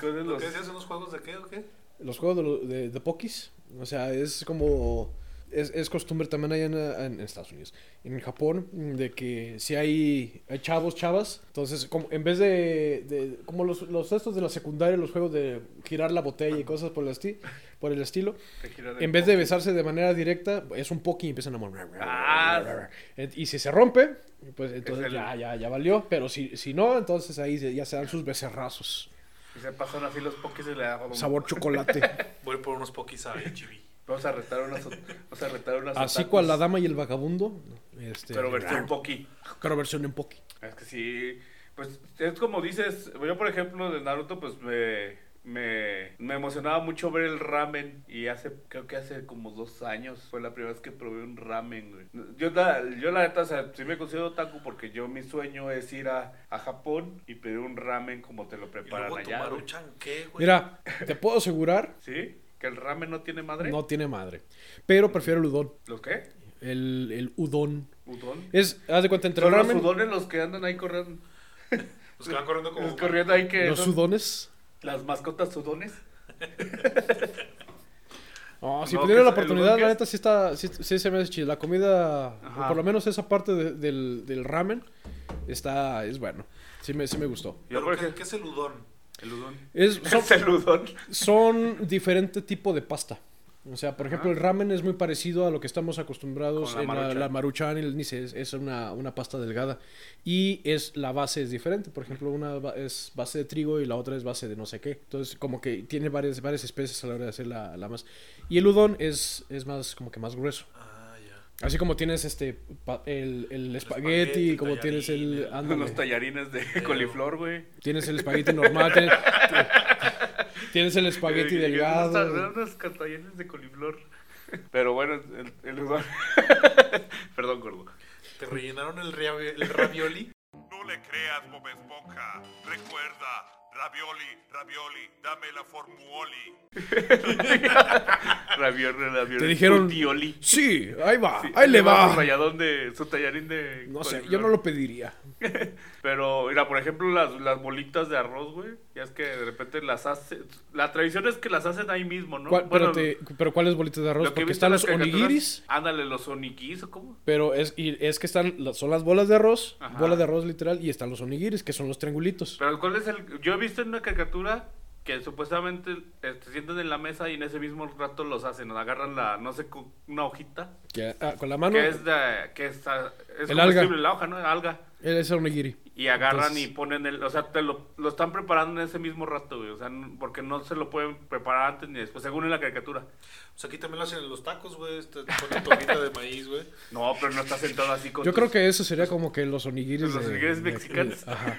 Speaker 1: Comes
Speaker 2: ¿Lo
Speaker 1: los-
Speaker 2: que decías son los juegos de qué o qué?
Speaker 3: Los juegos de, lo- de- de pokis. O sea, es como. Es, es costumbre también allá en, en Estados Unidos. En Japón, mm, de que si hay, hay chavos, chavas. Entonces, como, en vez de. de- como los, los estos de la secundaria, los juegos de girar la botella y cosas por el, esti- por el estilo.
Speaker 1: te giran el
Speaker 3: En vez de
Speaker 1: poki.
Speaker 3: besarse de manera directa, es un poki y empiezan a morir.
Speaker 1: Ah.
Speaker 3: Y si se rompe, pues entonces
Speaker 1: el-
Speaker 3: ya, ya, ya valió. Pero si, si no, entonces ahí se- ya se dan sus becerrazos.
Speaker 1: Y se pasan así los pokis y le daban... <laughs>
Speaker 3: Sabor chocolate.
Speaker 2: Voy por unos pokis a HB.
Speaker 1: Vamos a retar unas... Vamos a retar unas...
Speaker 3: Así
Speaker 1: otakus,
Speaker 3: cual la dama y el vagabundo. Este,
Speaker 1: Pero versión poki.
Speaker 3: pero versión en poki.
Speaker 1: Es que sí, pues es como dices, yo por ejemplo de Naruto pues me, me, me emocionaba mucho ver el ramen y hace, creo que hace como dos años fue la primera vez que probé un ramen, güey. Yo, la- yo la neta, o sea, sí me considero otaku porque yo mi sueño es ir a, a Japón y pedir un ramen como te lo
Speaker 2: Y
Speaker 1: preparan
Speaker 2: luego
Speaker 1: allá.
Speaker 2: tomar
Speaker 1: güey.
Speaker 2: un chanqué,
Speaker 1: Pues
Speaker 2: güey.
Speaker 3: Mira, te puedo asegurar,
Speaker 1: ¿Sí? ¿Que el ramen no tiene madre?
Speaker 3: no tiene madre. Pero prefiero el udon.
Speaker 1: ¿Los qué?
Speaker 3: El, el udon.
Speaker 1: ¿Udon?
Speaker 3: Es, haz de cuenta, entre
Speaker 1: Son los
Speaker 3: ramen,
Speaker 1: udones los que andan ahí corriendo.
Speaker 2: Los que van corriendo como.
Speaker 1: Los corriendo ahí que
Speaker 3: los
Speaker 1: son
Speaker 3: udones.
Speaker 1: las mascotas
Speaker 3: <laughs>
Speaker 1: udones.
Speaker 3: No, si
Speaker 1: No,
Speaker 3: tuviera
Speaker 1: que
Speaker 3: la
Speaker 1: es- el
Speaker 3: oportunidad,
Speaker 1: udon que
Speaker 3: la
Speaker 1: es-
Speaker 3: neta sí está, sí, sí se me hace chido. La comida,
Speaker 1: Ajá.
Speaker 3: por lo menos esa parte de- del, del ramen, Está, es bueno. Sí me, sí me gustó.
Speaker 1: Yo,
Speaker 2: Pero
Speaker 1: por
Speaker 2: ¿qué-
Speaker 1: ejemplo,
Speaker 2: ¿Qué es el udón?
Speaker 1: el udon.
Speaker 3: Es,
Speaker 1: <laughs>
Speaker 3: son,
Speaker 1: Es el udon.
Speaker 3: son diferente tipo de pasta. O sea, por ejemplo, el ramen es muy parecido a lo que estamos acostumbrados
Speaker 1: Ah. Con la
Speaker 3: en la,
Speaker 1: maruchan.
Speaker 3: la maruchan y el nice. Es, es una, una pasta delgada. Y es la base es diferente. Por ejemplo, una ba- es base de trigo y la otra es base de no sé qué. Entonces, como que tiene varias, varias especies a la hora de hacer la, la masa. Y el udon es, es más, como que más grueso.
Speaker 2: Ah, ya.
Speaker 3: Así como tienes este pa- el, el
Speaker 2: espagueti,
Speaker 3: espagueti,
Speaker 2: el
Speaker 3: como tienes
Speaker 2: tallarín,
Speaker 3: el
Speaker 2: el-
Speaker 3: ándale.
Speaker 1: Los tallarines de coliflor, güey.
Speaker 3: tienes el espagueti normal, tienes, tienes el espagueti
Speaker 1: Eh,
Speaker 3: delgado.
Speaker 1: unos- Unos tallarines de coliflor. <laughs> Pero bueno, el, el udon. <laughs> Perdón, gordo. <laughs>
Speaker 2: ¿Te rellenaron el, ria- el ravioli?
Speaker 9: No le creas, Bob Esponja. Recuerda, ravioli, ravioli, dame la formuoli.
Speaker 1: Ravioli, ravioli.
Speaker 3: Te dijeron-
Speaker 1: Tutioli.
Speaker 3: Sí, ahí va,
Speaker 1: Sí,
Speaker 3: ahí le
Speaker 1: Su
Speaker 3: va.
Speaker 1: ralladón de su tallarín de.
Speaker 3: No sé,
Speaker 1: coliflor.
Speaker 3: yo no lo pediría.
Speaker 1: Pero, mira, por ejemplo, las, las bolitas de arroz, güey. Ya es que de repente las hacen. La tradición es que las hacen ahí mismo, ¿no?
Speaker 3: ¿Cuál-
Speaker 1: Bueno,
Speaker 3: pero, te- pero ¿cuáles bolitas de
Speaker 1: lo
Speaker 3: arroz?
Speaker 1: que he
Speaker 3: Porque
Speaker 1: visto
Speaker 3: están
Speaker 1: en
Speaker 3: los
Speaker 1: las caricaturas-
Speaker 3: onigiris,
Speaker 1: Ándale, los onigiris, ¿o ¿cómo?
Speaker 3: pero es, y es que están, las- son las bolas de arroz,
Speaker 1: Ajá.
Speaker 3: bola de arroz literal, y están los onigiris, que son los triangulitos.
Speaker 1: Pero ¿cuál es el...? Yo he visto en una caricatura que supuestamente eh, se sientan en la mesa y en ese mismo rato los hacen. Agarran la, no sé, con una hojita.
Speaker 3: Que, ah, con la mano,
Speaker 1: Que es de... Que es, ah, es
Speaker 3: El alga.
Speaker 1: comestible, la hoja, ¿no? Alga.
Speaker 3: es el onigiri.
Speaker 1: Y agarran
Speaker 3: Entonces-
Speaker 1: y ponen el... O sea, te lo, lo están preparando en ese mismo rato, güey. O sea, n- porque no se lo pueden preparar antes ni después, según en la caricatura.
Speaker 2: Pues aquí también lo hacen en los tacos, güey. este, Te ponen tortita de maíz, güey.
Speaker 1: No, pero no está sentado así con
Speaker 3: Yo
Speaker 1: tus-
Speaker 3: creo que eso sería como que los onigiris.
Speaker 1: Los onigiris mexicanos. <laughs>
Speaker 3: ajá.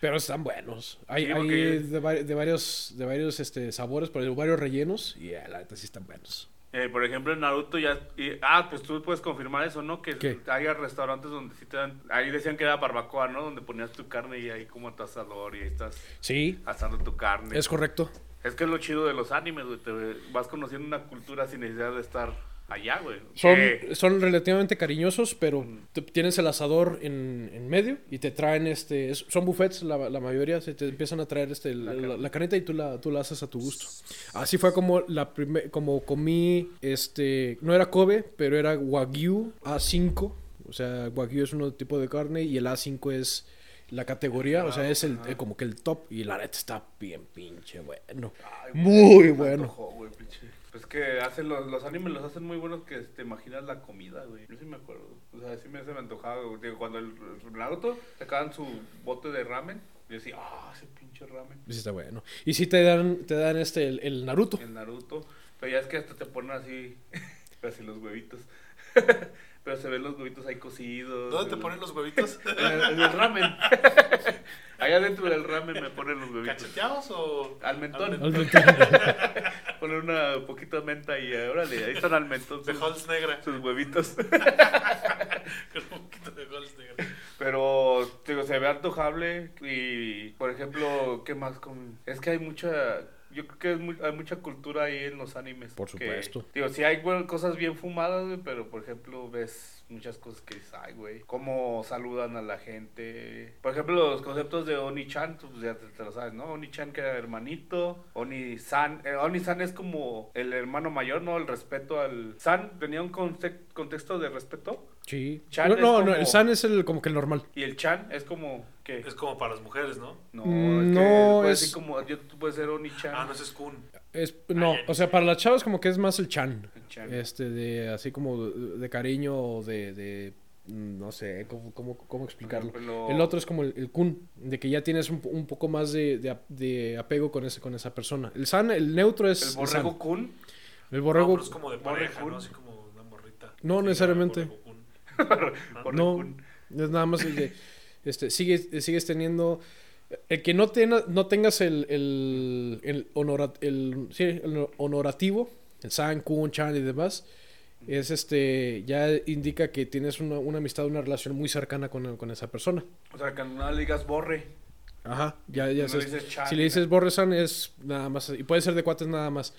Speaker 3: Pero están buenos. Hay,
Speaker 1: Sí,
Speaker 3: hay
Speaker 1: porque-
Speaker 3: de, va- de varios, de varios este, sabores, pero varios rellenos. Y eh, la neta sí están buenos.
Speaker 1: Eh, por ejemplo, en Naruto ya... y- ah, pues tú puedes confirmar eso, ¿no? Que
Speaker 3: ¿Qué?
Speaker 1: haya restaurantes donde sí te dan... Ahí decían que era barbacoa, ¿no? Donde ponías tu carne y ahí como tu asador y ahí estás
Speaker 3: Sí,
Speaker 1: asando tu carne.
Speaker 3: es
Speaker 1: Es,
Speaker 3: correcto.
Speaker 1: que es lo chido de los animes, güey. Te vas conociendo una cultura sin necesidad de estar allá, güey.
Speaker 3: Son,
Speaker 1: Eh,
Speaker 3: son relativamente cariñosos, pero te- tienes el asador en, en medio y te traen, este, es- son buffets la, la mayoría, se te empiezan a traer este, la, la- la carnita y tú la, tú la haces a tu gusto. Así fue como, la prime- como comí, este, no era Kobe, pero era Wagyu A5, o sea, Wagyu es un tipo de carne y el A5 es la categoría, o sea, es el, eh, como que el top y la neta está bien pinche bueno, muy bueno.
Speaker 1: ojo, güey, pinche. Pues que hacen los, los animes los hacen muy buenos que te imaginas la comida, güey. Yo sí me acuerdo. O sea, sí me se me antojaba, güey. Digo, cuando el, el Naruto sacaban su bote de ramen, yo decía, ah, ese pinche ramen.
Speaker 3: Sí está bueno. Y sí te dan, te dan este, el, el Naruto.
Speaker 1: El Naruto. Pero ya es que hasta te ponen así, <laughs> así los huevitos. <laughs> Pero se ven los huevitos ahí cocidos.
Speaker 2: ¿Dónde te
Speaker 1: El-
Speaker 2: ponen los huevitos?
Speaker 1: <laughs> En el, en el ramen. <laughs> Allá dentro del ramen me ponen los huevitos.
Speaker 2: ¿Cacheteados o...?
Speaker 1: Al mentón.
Speaker 2: <laughs>
Speaker 3: Al mentón.
Speaker 1: <laughs> Ponen una poquita de menta y eh, órale, ahí están al mentón
Speaker 2: De
Speaker 1: sus,
Speaker 2: Halls Negra. <laughs>
Speaker 1: sus huevitos.
Speaker 2: Con un poquito de Halls Negra.
Speaker 1: Pero digo, se ve antojable y, por ejemplo, ¿qué más? con- Es que hay mucha... Yo creo que es mu- hay mucha cultura ahí en los animes.
Speaker 3: Por
Speaker 1: que-
Speaker 3: supuesto.
Speaker 1: digo, sí hay güey, cosas bien fumadas, güey, pero, por ejemplo, ves muchas cosas que dices, ay, güey, cómo saludan a la gente. Por ejemplo, los conceptos de Oni-chan, tú, pues ya te, te lo sabes, ¿no? Oni-chan que era hermanito, Oni-san, eh, Oni-san es como el hermano mayor, ¿no? El respeto al... San tenía un conte- contexto de respeto
Speaker 3: Sí.
Speaker 1: Chan
Speaker 3: no,
Speaker 1: es
Speaker 3: no, no,
Speaker 1: como-
Speaker 3: el san es el como que el normal.
Speaker 1: y el chan es como que...
Speaker 2: Es como para las mujeres, ¿no?
Speaker 1: No,
Speaker 3: Mm,
Speaker 1: es que
Speaker 3: no,
Speaker 1: puede
Speaker 3: es-
Speaker 1: ser como yo tú puedes ser Oni-chan.
Speaker 2: Ah, no, ese es Kun.
Speaker 3: Es,
Speaker 1: Ah,
Speaker 3: no,
Speaker 2: ya, ya.
Speaker 3: o sea, para las chavas como que es más el chan.
Speaker 1: El chan.
Speaker 3: Este, de así como de, de cariño o de, de, mm, no sé, cómo, cómo, cómo explicarlo.
Speaker 1: ejemplo,
Speaker 3: El otro es como el, el kun, de que ya tienes un, po- un poco más de, de ap- de apego con, ese, con esa persona. El san, el neutro es...
Speaker 1: el borrego
Speaker 3: san.
Speaker 1: kun.
Speaker 3: El
Speaker 2: No,
Speaker 3: borrego...
Speaker 2: pero es como de
Speaker 1: Borre
Speaker 2: pareja,
Speaker 1: Kun.
Speaker 2: ¿no? Así como una morrita.
Speaker 3: No, necesariamente.
Speaker 2: borre Kun.
Speaker 1: borre
Speaker 3: no,
Speaker 1: kun.
Speaker 3: es nada más el de, este, sigues, sigues teniendo, el que no, tenga, no tengas el, el, el, honora- el, sí, el honorativo, el san, kun, chan y demás, es este, ya indica que tienes una, una amistad, una relación muy cercana con, con esa persona.
Speaker 1: O sea, que no le digas borre.
Speaker 3: Ajá, ya, ya
Speaker 1: No
Speaker 3: sabes.
Speaker 1: dices chan,
Speaker 3: Si le
Speaker 1: ni
Speaker 3: dices Borresan es nada más, y puede ser de cuates nada más.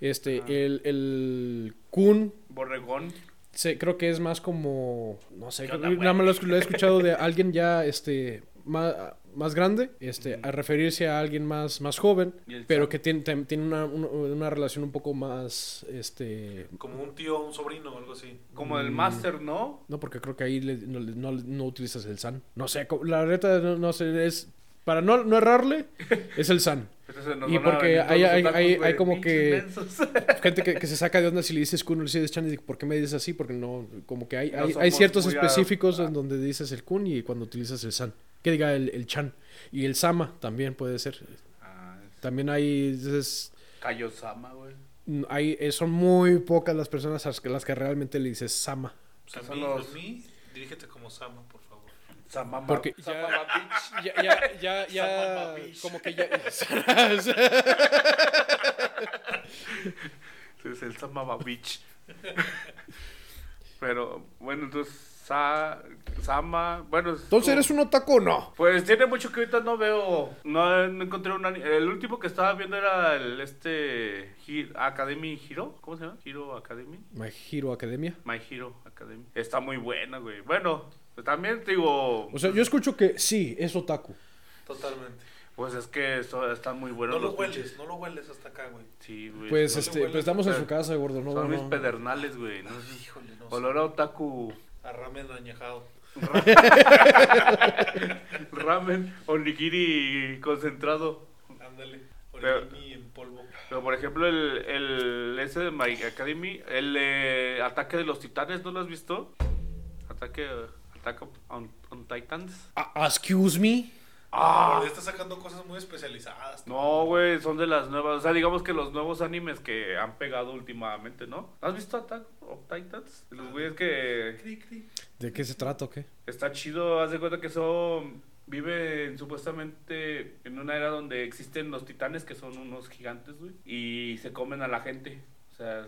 Speaker 3: Este,
Speaker 1: Ah.
Speaker 3: el, el kun
Speaker 1: Borregón.
Speaker 3: Sí, creo que es más como, no sé,
Speaker 1: ¿Qué
Speaker 3: creo
Speaker 1: onda,
Speaker 3: que
Speaker 1: güey? <laughs>
Speaker 3: nada más lo, he escu- lo he escuchado de alguien ya, este, más, más grande, este, a referirse a alguien más, más joven,
Speaker 1: Y el
Speaker 3: pero
Speaker 1: chavo.
Speaker 3: que tiene, tem- tiene una, una- una relación un poco más, este,
Speaker 2: Como un tío, un sobrino o algo así.
Speaker 1: Como
Speaker 3: Mm.
Speaker 1: el Master, ¿no?
Speaker 3: no, porque creo que ahí le- no, le- no- no utilizas el san. No sé, co- la neta, no, no sé, es, para no, no errarle, es el san.
Speaker 1: Entonces nos
Speaker 3: Y
Speaker 1: van a
Speaker 3: porque
Speaker 1: venir todos
Speaker 3: hay-
Speaker 1: los
Speaker 3: hay-
Speaker 1: otakus,
Speaker 3: hay-
Speaker 1: güey,
Speaker 3: hay como
Speaker 1: pinches
Speaker 3: que-
Speaker 1: mensos. <laughs>
Speaker 3: Gente que, que se saca de onda si le dices kun o le dices chan y dice, ¿por qué me dices así? Porque no, como que hay,
Speaker 1: No
Speaker 3: hay, hay
Speaker 1: somos
Speaker 3: ciertos
Speaker 1: muy
Speaker 3: específicos
Speaker 1: a-
Speaker 3: en donde dices el kun y cuando utilizas el san. Que diga el, el chan. Y el sama también puede ser.
Speaker 1: Ah, es
Speaker 3: También hay, es-
Speaker 1: Kaiosama, güey.
Speaker 3: hay eh, son muy pocas las personas a las que, las que realmente le dices sama.
Speaker 2: Pues a
Speaker 1: son
Speaker 2: mí,
Speaker 1: los-
Speaker 2: a mí, dirígete como Sama, por favor.
Speaker 1: Samama.
Speaker 3: Porque ya-
Speaker 1: Samama bitch.
Speaker 3: Ya, ya, ya, ya, como que <laughs> ya...
Speaker 1: Sí, Es el Samama
Speaker 3: <laughs>
Speaker 1: bitch. Pero, bueno, entonces, Sa- Sama. Bueno, es-
Speaker 3: Entonces, ¿eres un otaku o no?
Speaker 1: Pues tiene mucho que ahorita no veo. No, no encontré un ani- El último que estaba viendo era el este. Hi- Academy Hero. ¿Cómo se llama? Hero Academy.
Speaker 3: My Hero Academia.
Speaker 1: My Hero Academy. Está muy buena, güey. Bueno, pues también te digo.
Speaker 3: O sea, yo escucho que sí, es otaku.
Speaker 2: Totalmente.
Speaker 1: Pues es que eso, están muy buenos
Speaker 2: No lo
Speaker 1: los
Speaker 2: hueles,
Speaker 1: pinches-
Speaker 2: no lo hueles hasta acá, güey.
Speaker 1: Sí, güey.
Speaker 3: Pues,
Speaker 1: Son-
Speaker 3: este, pues estamos en su casa, gordo. No,
Speaker 1: son mis
Speaker 3: no.
Speaker 1: pedernales, güey. No sé.
Speaker 2: Híjole, no. sé.
Speaker 1: Olor a otaku. <laughs>
Speaker 2: A ramen añejado.
Speaker 1: Ramen. Onigiri concentrado.
Speaker 2: Ándale.
Speaker 1: Pero-
Speaker 2: Origami en polvo.
Speaker 1: Pero por ejemplo, el, el ese de My Academy, el eh, ataque de los titanes, ¿no lo has visto? Ataque. Attack on, on Titans.
Speaker 3: Ah, excuse me.
Speaker 2: Pero está sacando cosas muy especializadas.
Speaker 1: No, güey, son de las nuevas. O sea, digamos que los nuevos animes que han pegado últimamente, ¿no? ¿Has visto Attack on Titans? De Los güeyes que.
Speaker 2: Cri, cri.
Speaker 3: ¿De qué se trata o qué?
Speaker 1: Está chido, haz de cuenta que son. Viven supuestamente en una era donde existen los titanes, que son unos gigantes, güey. Y se comen a la gente. O sea,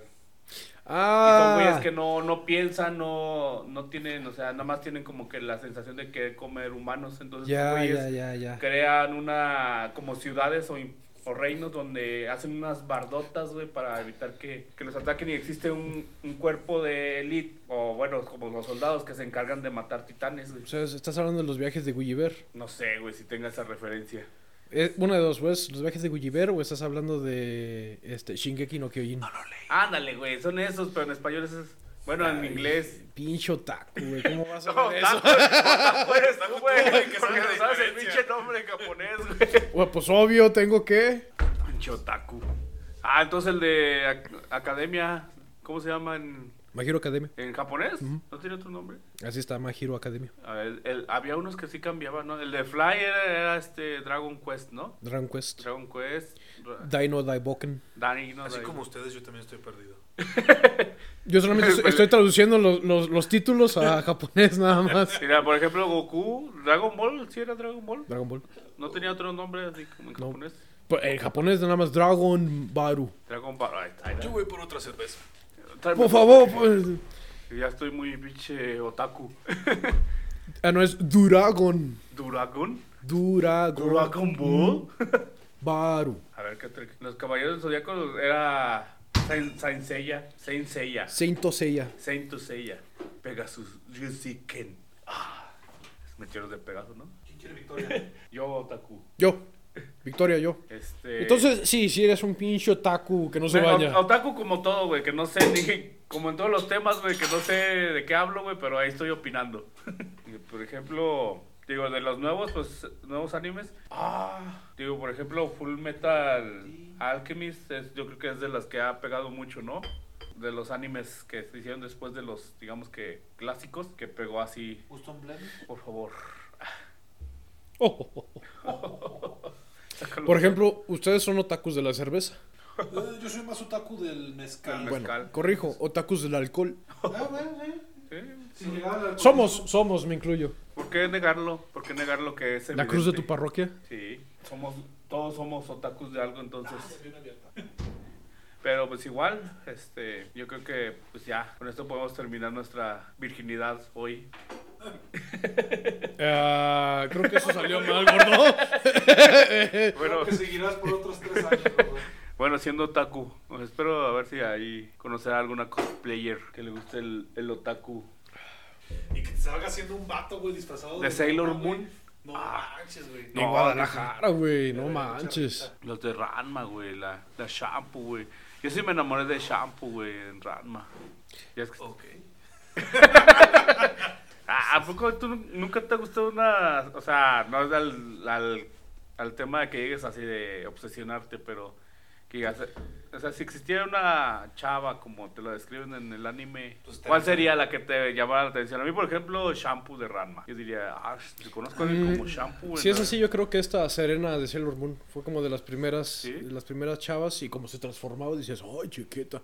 Speaker 1: Y
Speaker 3: Ah,
Speaker 1: son güeyes que no, no piensan, no, no tienen, o sea, nada más tienen como que la sensación de querer comer humanos. Entonces, estos
Speaker 3: Ya,
Speaker 1: güeyes
Speaker 3: ya, ya, ya.
Speaker 1: crean una, como ciudades o, im- o reinos donde hacen unas bardotas, güey, para evitar que, que los ataquen. Y existe un, un cuerpo de elite, o bueno, como los soldados que se encargan de matar titanes, güey.
Speaker 3: O sea, estás hablando de los viajes de Gulliver.
Speaker 1: No sé, güey, si tenga esa referencia.
Speaker 3: Eh, una de dos, pues, los viajes de Gulliver o estás hablando de este Shingeki no Kyojin.
Speaker 1: Ándale, güey, son esos, pero en español eso es... Bueno, en inglés...
Speaker 3: Pinche otaku, güey. ¿Cómo
Speaker 1: <laughs>
Speaker 3: vas a
Speaker 1: No,
Speaker 3: ver eso?
Speaker 1: taco, no, taco eres tú, güey,
Speaker 2: Taco, que
Speaker 1: porque
Speaker 2: sabe la
Speaker 1: no sabes el
Speaker 2: diferencia.
Speaker 1: pinche nombre en japonés, güey.
Speaker 3: Güey, pues obvio, tengo que.
Speaker 1: Pinche otaku. Ah, entonces el de ac- Academia, ¿cómo se llama en,
Speaker 3: My Hero Academia.
Speaker 1: en japonés? ¿No tiene otro nombre?
Speaker 3: Así está My Hero Academia.
Speaker 1: A ver, el- había unos que sí cambiaban, ¿no? El de Fly era, era este Dragon Quest, ¿no?
Speaker 3: Dragon Quest.
Speaker 1: Dragon Quest, Ra-
Speaker 3: Dino Daiboken.
Speaker 1: Dani, no
Speaker 2: Así
Speaker 1: Dai.
Speaker 2: como ustedes, yo también estoy perdido.
Speaker 1: <laughs>
Speaker 3: Yo solamente estoy, estoy traduciendo los, los, los títulos a <laughs> japonés
Speaker 1: <laughs>
Speaker 3: nada más.
Speaker 1: Mira, por ejemplo, Goku, Dragon Ball, sí era Dragon Ball.
Speaker 3: Dragon Ball.
Speaker 1: No tenía otro nombre así como en
Speaker 3: No.
Speaker 1: japonés.
Speaker 3: Pues, en japonés nada más Dragon Baru.
Speaker 1: Dragon Ball, ahí está, ahí está.
Speaker 2: Yo voy por otra cerveza.
Speaker 1: Tráeme-
Speaker 3: Por favor, pues.
Speaker 1: Ya estoy muy pinche otaku.
Speaker 3: Ah, no, es Duragon.
Speaker 1: Duragon.
Speaker 3: Duragon.
Speaker 1: Dragon Ball.
Speaker 3: Baru.
Speaker 1: A ver, ¿qué otro? Los Caballeros del Zodíaco era Saint, Saint Seiya. Saint Seiya.
Speaker 3: Saint Seiya.
Speaker 1: Saint Seiya. Pegasus. Ryusiken. Ah, es meteoros de Pegaso, ¿no? ¿Quién quiere victoria? <laughs> Yo, Otaku.
Speaker 3: Yo. Victoria, yo.
Speaker 1: Este...
Speaker 3: Entonces, sí, si eres un pinche otaku que no se
Speaker 1: bueno,
Speaker 3: baña.
Speaker 1: Eh, Otaku como todo, güey, que no sé, <laughs> ni- como en todos los temas, güey, que no sé de qué hablo, güey, pero ahí estoy opinando. <laughs> Y, por ejemplo, digo, de los nuevos, pues, nuevos animes. Ah, digo, por ejemplo, Full Metal Alchemist, es- yo creo que es de las que ha pegado mucho, ¿no? De los animes que se hicieron después de los, digamos que, clásicos, que pegó así. Por favor. <laughs>
Speaker 3: Oh, oh, oh, oh.
Speaker 1: sácalo.
Speaker 3: Por ejemplo, ustedes son otakus de la cerveza.
Speaker 2: Eh, Yo soy más otaku del mezcal.
Speaker 1: Bueno.
Speaker 3: Bueno,
Speaker 1: Mezcal.
Speaker 3: corrijo, otakus del alcohol.
Speaker 2: Ah, bueno, sí.
Speaker 1: Sí,
Speaker 2: Si llegaba al alcohol-
Speaker 3: Somos, somos, me incluyo.
Speaker 1: ¿Por qué negarlo? ¿Por qué negar lo que es
Speaker 3: La cruz de tu
Speaker 1: evidente?
Speaker 3: parroquia.
Speaker 1: Sí, somos, todos somos otakus de algo entonces.
Speaker 2: Ah,
Speaker 1: <laughs> Pero pues igual, este, yo creo que pues ya, con esto podemos terminar nuestra virginidad hoy.
Speaker 3: Ah, creo que eso salió mal, gordo.
Speaker 1: Bueno,
Speaker 2: Que seguirás por otros tres años, güey.
Speaker 1: bueno siendo otaku, pues, espero a ver si ahí conocer a alguna cosplayer que le guste el, el otaku
Speaker 2: Y que te salga siendo un vato, güey, disfrazado
Speaker 1: de Sailor Moon.
Speaker 2: No manches, güey.
Speaker 1: No,
Speaker 3: en Guadalajara, güey, no manches.
Speaker 1: Los de Ranma, güey, la, la Shampoo, güey. Yo sí me enamoré de Shampoo, güey, en Ranma. Ya es que-
Speaker 2: Ok.
Speaker 1: Ah, ¿a poco tú nu- nunca te ha gustado una... O sea, no es al, al, al tema de que llegues así de obsesionarte, pero que digas... eh, O sea, si existiera una chava como te la describen en el anime,
Speaker 2: Pues te
Speaker 1: ¿cuál
Speaker 2: avisan.
Speaker 1: sería la que te llamara la atención? A mí, por ejemplo, Shampoo de Ranma. Yo diría, ah, te conozco a alguien como Shampoo.
Speaker 3: Si
Speaker 1: en
Speaker 3: es
Speaker 1: la-
Speaker 3: así, yo creo que esta Serena de Sailor Moon fue como de las primeras,
Speaker 1: ¿Sí?
Speaker 3: de las primeras chavas y como se transformaba, dices, ¡ay, chiquita!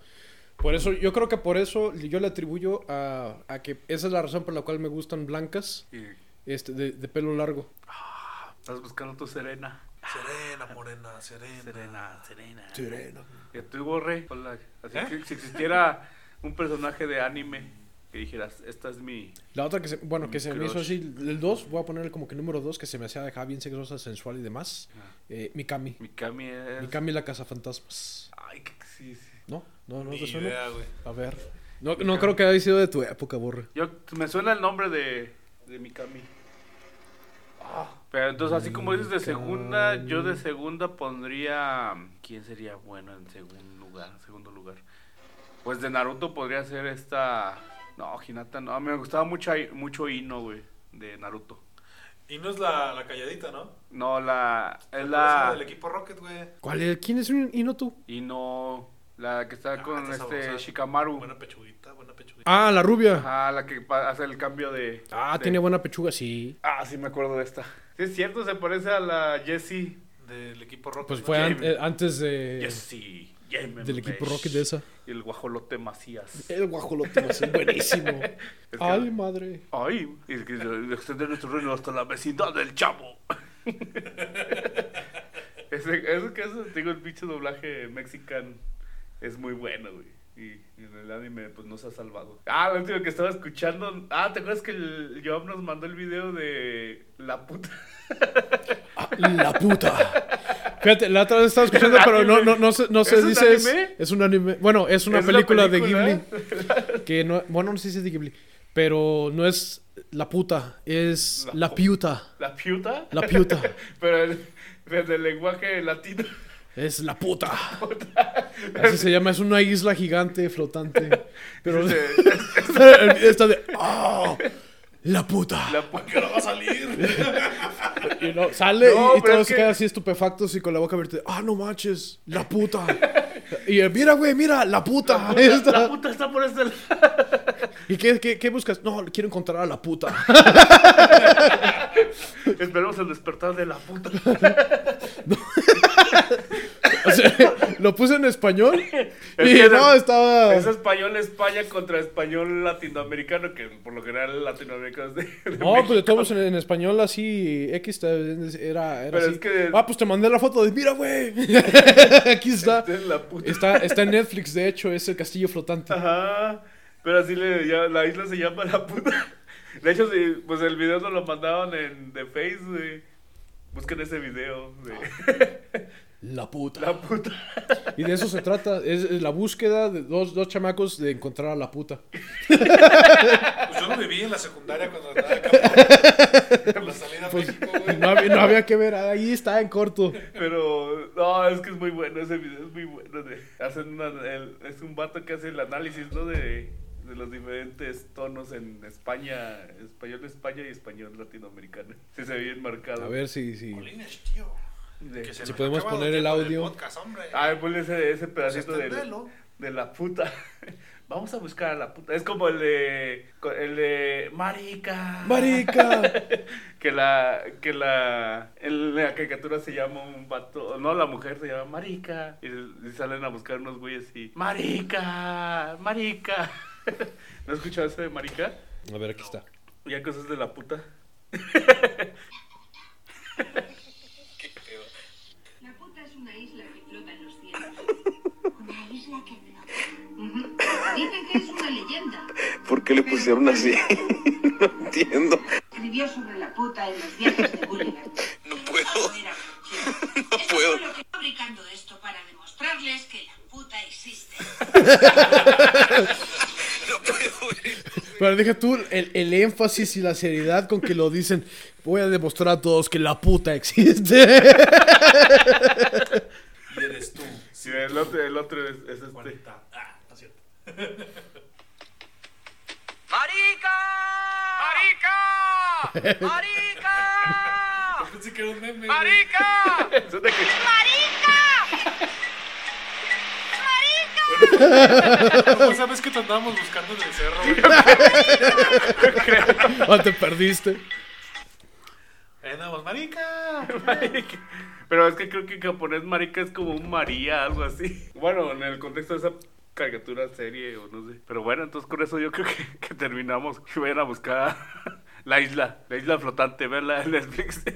Speaker 3: Por eso, yo creo que por eso yo le atribuyo a, a que esa es la razón por la cual me gustan blancas,
Speaker 1: Y-
Speaker 3: este, de, de pelo largo.
Speaker 1: Estás buscando tu serena.
Speaker 2: Serena, morena, serena.
Speaker 1: Serena, serena.
Speaker 3: Serena.
Speaker 1: Y tú, Borre, con la- así
Speaker 2: ¿Eh?
Speaker 1: que si existiera un personaje de anime que dijeras, esta es mi...
Speaker 3: La otra que se, bueno, que se me
Speaker 1: Crush.
Speaker 3: hizo así, el 2, voy a ponerle como que número 2, que se me hacía dejar bien sexosa, sensual y demás. Eh, Mikami.
Speaker 1: Mikami es...
Speaker 3: Mikami la cazafantasmas.
Speaker 1: Ay, que sí, sí.
Speaker 3: ¿No? ¿No, no
Speaker 2: Ni
Speaker 3: te suena?
Speaker 2: idea, güey.
Speaker 3: A ver. No, no creo que haya sido de tu época, borre.
Speaker 1: Yo, me suena el nombre de, de Mikami.
Speaker 3: Ah.
Speaker 1: Pero entonces, así como dices de segunda, yo de segunda pondría... ¿Quién sería bueno en segundo lugar? Segundo lugar. Pues de Naruto podría ser esta... No, Hinata no. Me gustaba mucho, mucho Ino, güey, de Naruto.
Speaker 2: Y no es la, la calladita, ¿no?
Speaker 1: No, la. Es
Speaker 2: Esa
Speaker 1: la.
Speaker 2: del equipo Rocket, güey.
Speaker 3: ¿Cuál es? ¿Quién es un Ino tú?
Speaker 1: Y no. La que está
Speaker 2: Ah,
Speaker 1: con
Speaker 2: está
Speaker 1: este
Speaker 2: sabrosa.
Speaker 1: Shikamaru.
Speaker 2: Buena pechuguita, buena pechuguita.
Speaker 3: Ah, la rubia.
Speaker 1: Ah, la que pa- hace el cambio de.
Speaker 3: Ah,
Speaker 1: de-
Speaker 3: tiene buena pechuga, sí.
Speaker 1: Ah, sí, me acuerdo de esta. Sí, es cierto, se parece a la Jessie.
Speaker 2: Del equipo Rocket.
Speaker 3: Pues
Speaker 2: ¿no?
Speaker 3: fue an-
Speaker 1: Jamie.
Speaker 3: eh, antes de...
Speaker 1: Jessie. Jaime
Speaker 3: Del equipo
Speaker 1: Mesh.
Speaker 3: Rocket de esa.
Speaker 1: Y el guajolote Macías.
Speaker 3: El guajolote, así, <laughs> buenísimo.
Speaker 1: <laughs> Es que-
Speaker 3: Eh, Ay, madre.
Speaker 1: Ay, y es que de- extender nuestro reino hasta la vecindad del chavo. <laughs> ese, ese que es, digo, el pinche doblaje mexicano es muy bueno, güey. Y, y en el anime, pues nos ha salvado. Ah, lo último que estaba escuchando. Ah, ¿te acuerdas que el Job nos mandó el video de la puta?
Speaker 3: Ah, La puta. Fíjate, la otra vez estaba escuchando,
Speaker 1: ¿Es
Speaker 3: pero no,
Speaker 1: anime?
Speaker 3: no, no se, no se
Speaker 1: ¿Es un
Speaker 3: dice. es-
Speaker 1: anime?
Speaker 3: Es un anime. Bueno, es
Speaker 1: <laughs>
Speaker 3: una
Speaker 1: ¿Es la
Speaker 3: película,
Speaker 1: película? ¿eh?
Speaker 3: de Ghibli. Que no, bueno, no sé si es de Ghibli. Pero no es la puta, es
Speaker 1: La
Speaker 3: la,
Speaker 1: pu-
Speaker 3: piuta.
Speaker 1: ¿La piuta?
Speaker 3: La piuta.
Speaker 1: <laughs> Pero el- desde el lenguaje latino. <laughs>
Speaker 3: Es la puta. Así se llama, es una isla gigante flotante.
Speaker 1: <laughs>
Speaker 3: Pero <laughs> está de. "Ah, la puta.
Speaker 1: La puta.
Speaker 2: ¿Qué hora va a
Speaker 3: <laughs>
Speaker 2: salir?
Speaker 3: Y no, sale
Speaker 1: No,
Speaker 3: y, y
Speaker 1: pero
Speaker 3: todos
Speaker 1: es que-
Speaker 3: quedan así estupefactos y con la boca abierta. Ah, no manches,
Speaker 1: <laughs>
Speaker 3: la puta. y eh, mira, güey, mira, la puta. <laughs> Esta.
Speaker 1: La puta está por este lado.
Speaker 3: ¿Y qué, qué, qué buscas? No, quiero encontrar a
Speaker 1: <laughs>
Speaker 3: la puta. <laughs>
Speaker 1: Esperemos el despertar de la puta.
Speaker 3: O sea, <laughs> lo puse en español y
Speaker 1: que
Speaker 3: no,
Speaker 1: es-
Speaker 3: estaba.
Speaker 1: Es español España contra español latinoamericano, que por lo general latinoamericano es de, de
Speaker 3: No,
Speaker 1: México.
Speaker 3: pero todos en, en español así, X te- era, era
Speaker 1: Pero
Speaker 3: así.
Speaker 1: es que-
Speaker 3: Ah, pues te mandé la foto de, mira, güey. <laughs> Aquí
Speaker 1: Esta
Speaker 3: está.
Speaker 1: Este es la puta.
Speaker 3: está. Está en Netflix, de hecho, es el castillo flotante.
Speaker 1: Ajá. Pero así le, ya- la isla se llama la puta. De hecho, sí, pues el video nos lo mandaban en de Face, güey. Busquen ese video
Speaker 3: Ah.
Speaker 1: de
Speaker 3: La
Speaker 1: <laughs>
Speaker 3: puta.
Speaker 1: la puta.
Speaker 3: Y de eso se trata, es, es la búsqueda de dos, dos chamacos de encontrar a la puta.
Speaker 2: Pues yo lo viví en la secundaria cuando andaba
Speaker 3: <laughs>
Speaker 2: de campo. En la salida a México, güey.
Speaker 3: Pues, No había, no había que ver, ahí está en corto.
Speaker 1: Pero, no, es que es muy bueno ese video, es muy bueno. de- hacen una- el- es un vato que hace el análisis, ¿no? De, de los diferentes tonos en España, español de España y español latinoamericano. Sí, se ve bien marcado.
Speaker 3: A ver si, si.
Speaker 2: Polines, tío.
Speaker 1: De-
Speaker 2: Que se
Speaker 3: Si
Speaker 2: nos
Speaker 3: podemos
Speaker 2: acaba
Speaker 3: poner el
Speaker 2: tiempo del
Speaker 3: audio.
Speaker 2: podcast, hombre.
Speaker 1: Ah, ponle ese, ese
Speaker 2: Pues
Speaker 1: pedacito de,
Speaker 2: extendelo.
Speaker 1: de la puta. <laughs> Vamos a buscar a la puta. Es como el de, el de Marica.
Speaker 3: ¡Marica!
Speaker 1: que la que la en la caricatura se llama un vato no la mujer se llama marica y, y salen a buscar unos güeyes y marica marica <laughs> ¿no has escuchado eso de marica?
Speaker 3: A ver, aquí está.
Speaker 1: ya cosas de la puta
Speaker 10: La puta es una isla que flota en los
Speaker 7: <laughs>
Speaker 10: cielos.
Speaker 7: Una isla que flota.
Speaker 10: Dicen que es una leyenda.
Speaker 8: ¿Por qué le pusieron así? <laughs> no entiendo.
Speaker 10: Escribió sobre la puta en los viajes de Gulliver.
Speaker 8: <laughs> No puedo. <laughs>
Speaker 10: Era cochino.
Speaker 8: No
Speaker 10: Esto
Speaker 8: puedo.
Speaker 10: fue lo que- fabricando esto para demostrarles que la puta existe.
Speaker 8: No puedo.
Speaker 3: Pero deja tú el, el énfasis y la seriedad con que lo dicen. Voy a demostrar a todos que la puta existe. <laughs>
Speaker 2: Y eres tú.
Speaker 3: Ah.
Speaker 1: Sí, el otro, el otro es, es este.
Speaker 2: 40. Ah, no es cierto.
Speaker 11: ¡Marica! ¡Marica! ¡Marica!
Speaker 2: Pensé que era un meme.
Speaker 11: ¡Marica!
Speaker 1: <laughs> Es de que-
Speaker 11: ¡Marica!
Speaker 2: ¿Cómo sabes que te andábamos buscando en el cerro, güey?
Speaker 3: o te perdiste.
Speaker 2: Ahí andábamos,
Speaker 1: <laughs>
Speaker 2: marica.
Speaker 1: Pero es que creo que en japonés marica es como un María, algo así. Bueno, en el contexto de esa caricatura, serie o no sé. Pero bueno, entonces con eso yo creo que, que terminamos. <laughs> Que vayan a buscar la isla, la isla flotante, verla en Netflix. <laughs>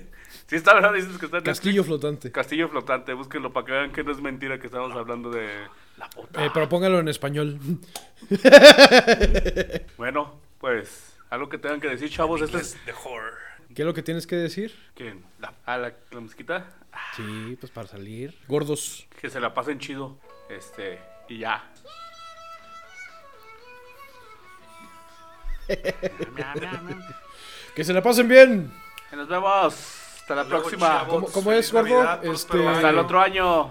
Speaker 1: Si está verdad, dices que está en Netflix.
Speaker 3: Castillo flotante.
Speaker 1: Castillo flotante, búsquenlo para que vean que no es mentira que estamos hablando de la puta.
Speaker 3: Eh, pero póngalo en español.
Speaker 1: Bueno, pues algo que tengan que decir, chavos, este es...
Speaker 2: The horror.
Speaker 3: ¿Qué es lo que tienes que decir?
Speaker 1: ¿Quién? La, ah, la, la musiquita.
Speaker 3: Sí, pues para salir. Gordos.
Speaker 1: Que se la pasen chido. Este, y ya.
Speaker 3: Que se la pasen bien.
Speaker 1: Y nos vemos. Hasta la
Speaker 2: Luego,
Speaker 1: próxima.
Speaker 2: chavos,
Speaker 3: ¿Cómo- cómo es,
Speaker 2: feliz
Speaker 3: gordo?
Speaker 2: Navidad,
Speaker 3: Este-
Speaker 2: próspero año.
Speaker 1: Hasta el otro año.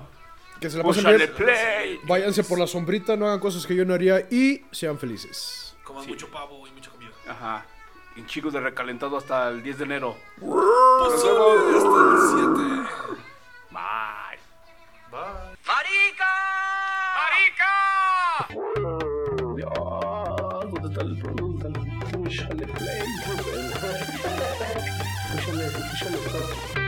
Speaker 3: Que se la pasen
Speaker 1: Púchale
Speaker 3: bien.
Speaker 1: play.
Speaker 3: Váyanse por la sombrita, no hagan cosas que yo no haría y sean felices.
Speaker 2: Coman mucho pavo y mucha comida.
Speaker 1: Ajá. Y chicos de recalentado hasta el 10 de enero. Bye.
Speaker 2: Bye.
Speaker 11: ¡Marica! ¡Marica!
Speaker 4: Escúchale, play. Escúchale, escúchale.